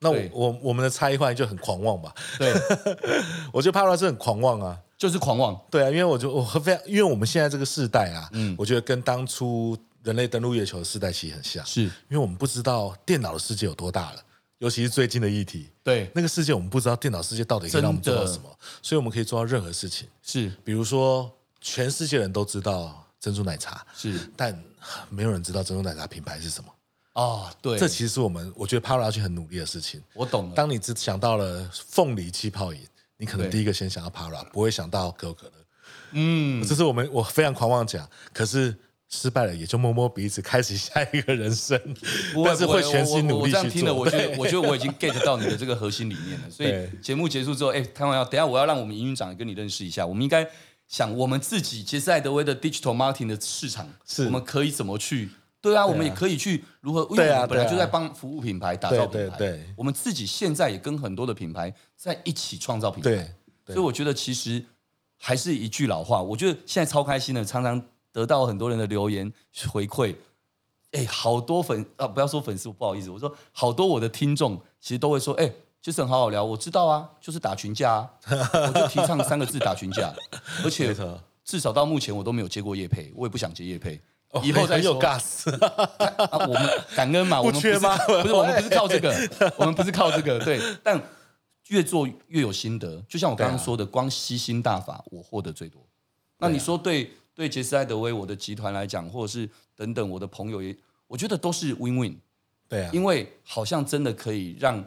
S2: 那我
S4: 对
S2: 我我们的差异化就很狂妄吧？ [laughs]
S4: 对，
S2: 我觉得 Para 是很狂妄啊，
S4: 就是狂妄，
S2: 对啊，因为我就我和非常，因为我们现在这个世代啊，
S4: 嗯
S2: 我觉得跟当初人类登陆月球的世代其实很像，
S4: 是
S2: 因为我们不知道电脑的世界有多大了，尤其是最近的议题，
S4: 对，
S2: 那个世界我们不知道电脑世界到底可以让我们做到
S4: 真的
S2: 什么，所以我们可以做到任何事情，
S4: 是
S2: 比如说全世界人都知道珍珠奶茶，
S4: 是
S2: 但没有人知道珍珠奶茶品牌是什么，
S4: 啊、对，
S2: 这其实是我们我觉得 Para 要去很努力的事情。
S4: 我懂了，
S2: 当你只想到了凤梨气泡饮，你可能
S4: 对
S2: 第一个先想到 Para，不会想到可口可乐。
S4: 嗯，
S2: 这是我们我非常狂妄讲，可是失败了也就摸摸鼻子，开始下一个人生，
S4: 不会
S2: 但是
S4: 不会
S2: 会全心
S4: 我我
S2: 努
S4: 我
S2: 力
S4: 这样
S2: 去
S4: 听了，
S2: 做
S4: 我。觉
S2: [laughs]
S4: 得我觉得我已经 get 到你的这个核心理念了。所以
S2: 对
S4: 节目结束之后，哎，开玩笑，等一下我要让我们营运长也跟你认识一下，我们应该想我们自己杰斯艾德威的 digital marketing 的市场，
S2: 是
S4: 我们可以怎么去？对啊，我们也可以去如何？因为
S2: 对
S4: 我
S2: 啊
S4: 们本来
S2: 对啊
S4: 就在帮服务品牌打造品牌，
S2: 对对对
S4: 我们自己现在也跟很多的品牌在一起创造品牌，
S2: 对对
S4: 所以我觉得其实还是一句老话，我觉得现在超开心的，常常得到很多人的留言回馈。哎，好多粉啊，不要说粉丝，不好意思，我说好多我的听众其实都会说，哎，就是很好好聊，我知道啊，就是打群架
S2: [laughs]
S4: 啊，我就提倡三个字打群架，而且
S2: 没错
S4: 至少到目前我都没有接过叶配，我也不想接叶配，
S2: 哦
S4: 以后再
S2: [laughs] 很有
S4: 说。
S2: gas，
S4: 啊，我们
S2: [laughs]
S4: 感恩嘛，
S2: 不
S4: 我们不
S2: 缺
S4: 是
S2: 吗
S4: 不是，我们不是靠这
S2: [laughs]
S4: 个，我们不是靠这个，对。但越做越有心得，就像我刚刚
S2: 对啊
S4: 说的，光吸星大法，我获得最多。那你说对对杰斯艾德威我的集团来讲，或者是等等我的朋友也，我觉得都是 win win，
S2: 对啊，
S4: 因为好像真的可以让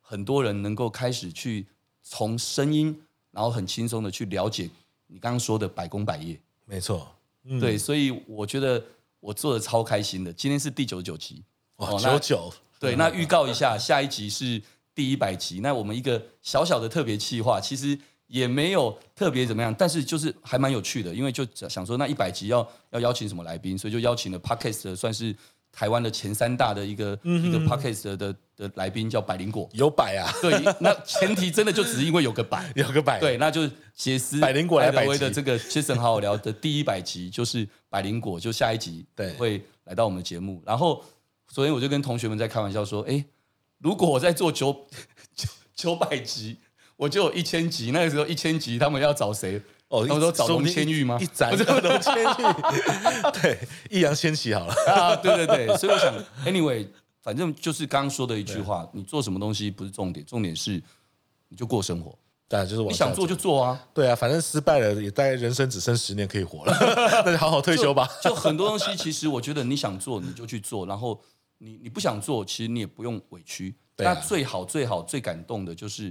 S4: 很多人能够开始去从声音，然后很轻松的去了解你刚刚说的百工百业。
S2: 没错，嗯
S4: 对，，所以我觉得我做的超开心的。今天是第九十九集，
S2: 哇，
S4: 哦
S2: 九
S4: 那
S2: 九，
S4: 对，那预告一下， [laughs] 下一集是第一百集。那我们一个小小的特别企划，其实也没有特别怎么样，但是就是还蛮有趣的，因为就想说那一百集要要邀请什么来宾，所以就邀请了 Podcast 的算是台湾的前三大的一个、一个 Podcast 的的的来宾叫百灵果。
S2: 有百啊， [laughs]
S4: 对，那前提真的就只是因为有个百，
S2: 有个百，
S4: 对，那就是杰斯
S2: 哎百灵果来
S4: 艾德
S2: 百
S4: 威
S2: 集
S4: 的这个杰森好好聊的第一百集，就是百灵果，就下一集
S2: 对
S4: 会来到我们的节目。然后昨天我就跟同学们在开玩笑说，哎，如果我在做九 [laughs] 九九百集，我就有一千集，那个时候一千集他们要找谁？
S2: 哦，
S4: 他们说找龙千玉吗
S2: 一？
S4: [laughs]
S2: 展
S4: 不是
S2: 龙千玉， [laughs] 对，易烊千玺好了， [laughs]
S4: 啊，对对对，所以我想，anyway，反正就是刚刚说的一句话，你做什么东西不是重点，重点是你就过生活，
S2: 对啊，就是我
S4: 你想做就做啊。
S2: 对啊，反正失败了也大概人生只剩十年可以活了，
S4: [laughs]
S2: [laughs] 那就好好退休吧。
S4: 就很多东西，其实我觉得你想做你就去做，然后你你不想做，其实你也不用委屈。
S2: 对啊
S4: 那最好最好最感动的就是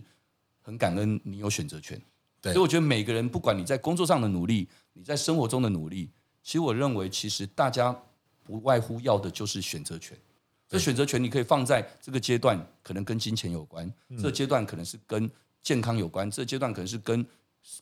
S4: 很感恩你有选择权。
S2: 对
S4: 所以我觉得每个人不管你在工作上的努力，你在生活中的努力，其实我认为其实大家不外乎要的就是选择权。这选择权你可以放在这个阶段，可能跟金钱有关；
S2: 嗯
S4: 这个阶段可能是跟健康有关；这个阶段可能是跟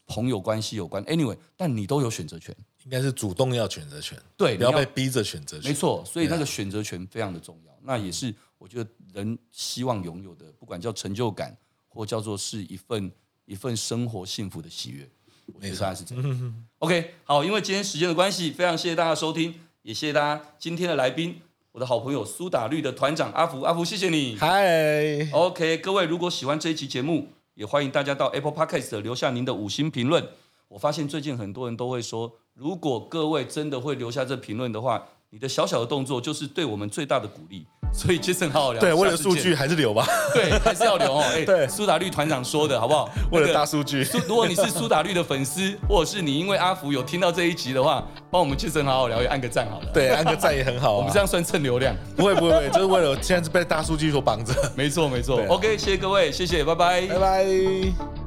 S4: 朋友关系有关。Anyway，但你都有选择权。
S2: 应该是主动要选择权，
S4: 对
S2: 不要
S4: 你要
S2: 被逼着选择权。
S4: 没错，所以
S2: 对啊
S4: 那个选择权非常的重要，那也是我觉得人希望拥有的，不管叫成就感，或叫做是一份一份生活幸福的喜悦，我觉得大概是这样。OK，好，因为今天时间的关系，非常谢谢大家收听，也谢谢大家今天的来宾，我的好朋友苏打绿的团长阿福，阿福谢谢你。
S2: 嗨，
S4: 哦 OK，各位如果喜欢这一期节目，也欢迎大家到 Apple Podcast 留下您的五星评论。我发现最近很多人都会说，如果各位真的会留下这评论的话，你的小小的动作就是对我们最大的鼓励。所以 Jason 好好聊，
S2: 对，为了
S4: 下次
S2: 数
S4: 见
S2: 据，还是留
S4: [laughs]
S2: 吧，
S4: 对，还是要留
S2: [laughs]
S4: 哦。哎，
S2: 对
S4: 苏打绿团长说的好不好？
S2: [laughs] 为了
S4: 那个
S2: 大数
S4: [laughs]
S2: 据。
S4: 苏，如果你是苏打绿的粉丝，或者是你因为阿福有听到这一集的话，帮我们健身好好聊，也按个赞好了。，
S2: 对，按个赞也很好、啊。
S4: 我们这样算蹭流量。
S2: 不会不会，不会就是为
S4: [laughs]
S2: 了现在是被大数据所绑着。
S4: 没错没错
S2: 对。啊
S4: OK，谢谢各位，谢谢，拜拜。
S2: 拜拜。